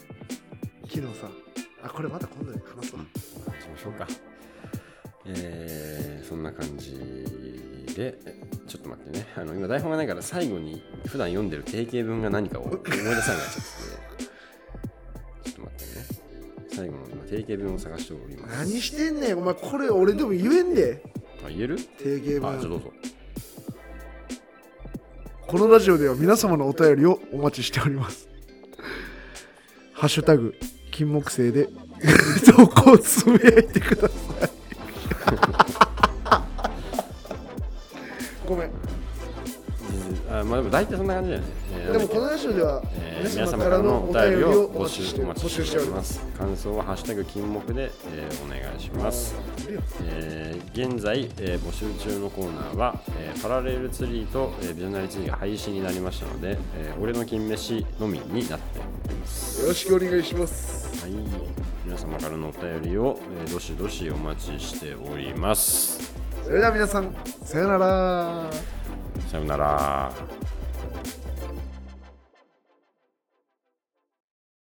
[SPEAKER 1] 昨日さあこれまた今度で話すわ
[SPEAKER 2] しましょうか。えーそんな感じで、えちょっと待ってね。あの、今台本がないから最後に普段読んでる定型文が何かを思い出さなくなっちゃって。ちょっと待ってね。最後の今定型文を探しております。
[SPEAKER 1] 何してんねんお前これ俺でも言えんで
[SPEAKER 2] あ、言える
[SPEAKER 1] 定型
[SPEAKER 2] あ、じゃあど
[SPEAKER 1] 文
[SPEAKER 2] うぞ。
[SPEAKER 1] このラジオでは皆様のお便りをお待ちしておりますハッシュタグ金木犀で 投稿をつぶやいてください ごめん
[SPEAKER 2] えーあ、まあでも大体そんな感じだよね。えー
[SPEAKER 1] でもこのラジオでは
[SPEAKER 2] え
[SPEAKER 1] 皆
[SPEAKER 2] ー皆
[SPEAKER 1] 様
[SPEAKER 2] 様
[SPEAKER 1] か
[SPEAKER 2] からら
[SPEAKER 1] の
[SPEAKER 2] の
[SPEAKER 1] お
[SPEAKER 2] お
[SPEAKER 1] 便
[SPEAKER 2] 便
[SPEAKER 1] り
[SPEAKER 2] り
[SPEAKER 1] を
[SPEAKER 2] を
[SPEAKER 1] お
[SPEAKER 2] 募
[SPEAKER 1] 待ちし
[SPEAKER 2] 集
[SPEAKER 1] て。
[SPEAKER 2] お待ちしておりますす。感想はハッシュタグ金目で、えーお願いします。
[SPEAKER 1] いるよ
[SPEAKER 2] えー現在、えー募集中のコーナーは、えーパラレルツリーと、えービジョナリツリーが廃止になりましたので、えー俺の金飯のみになっております、
[SPEAKER 1] よろしくお願いします。
[SPEAKER 2] はい、皆様からのお便りを、えーどしどしお待ちしております
[SPEAKER 1] それでは皆さん、さよなら。
[SPEAKER 2] さようなら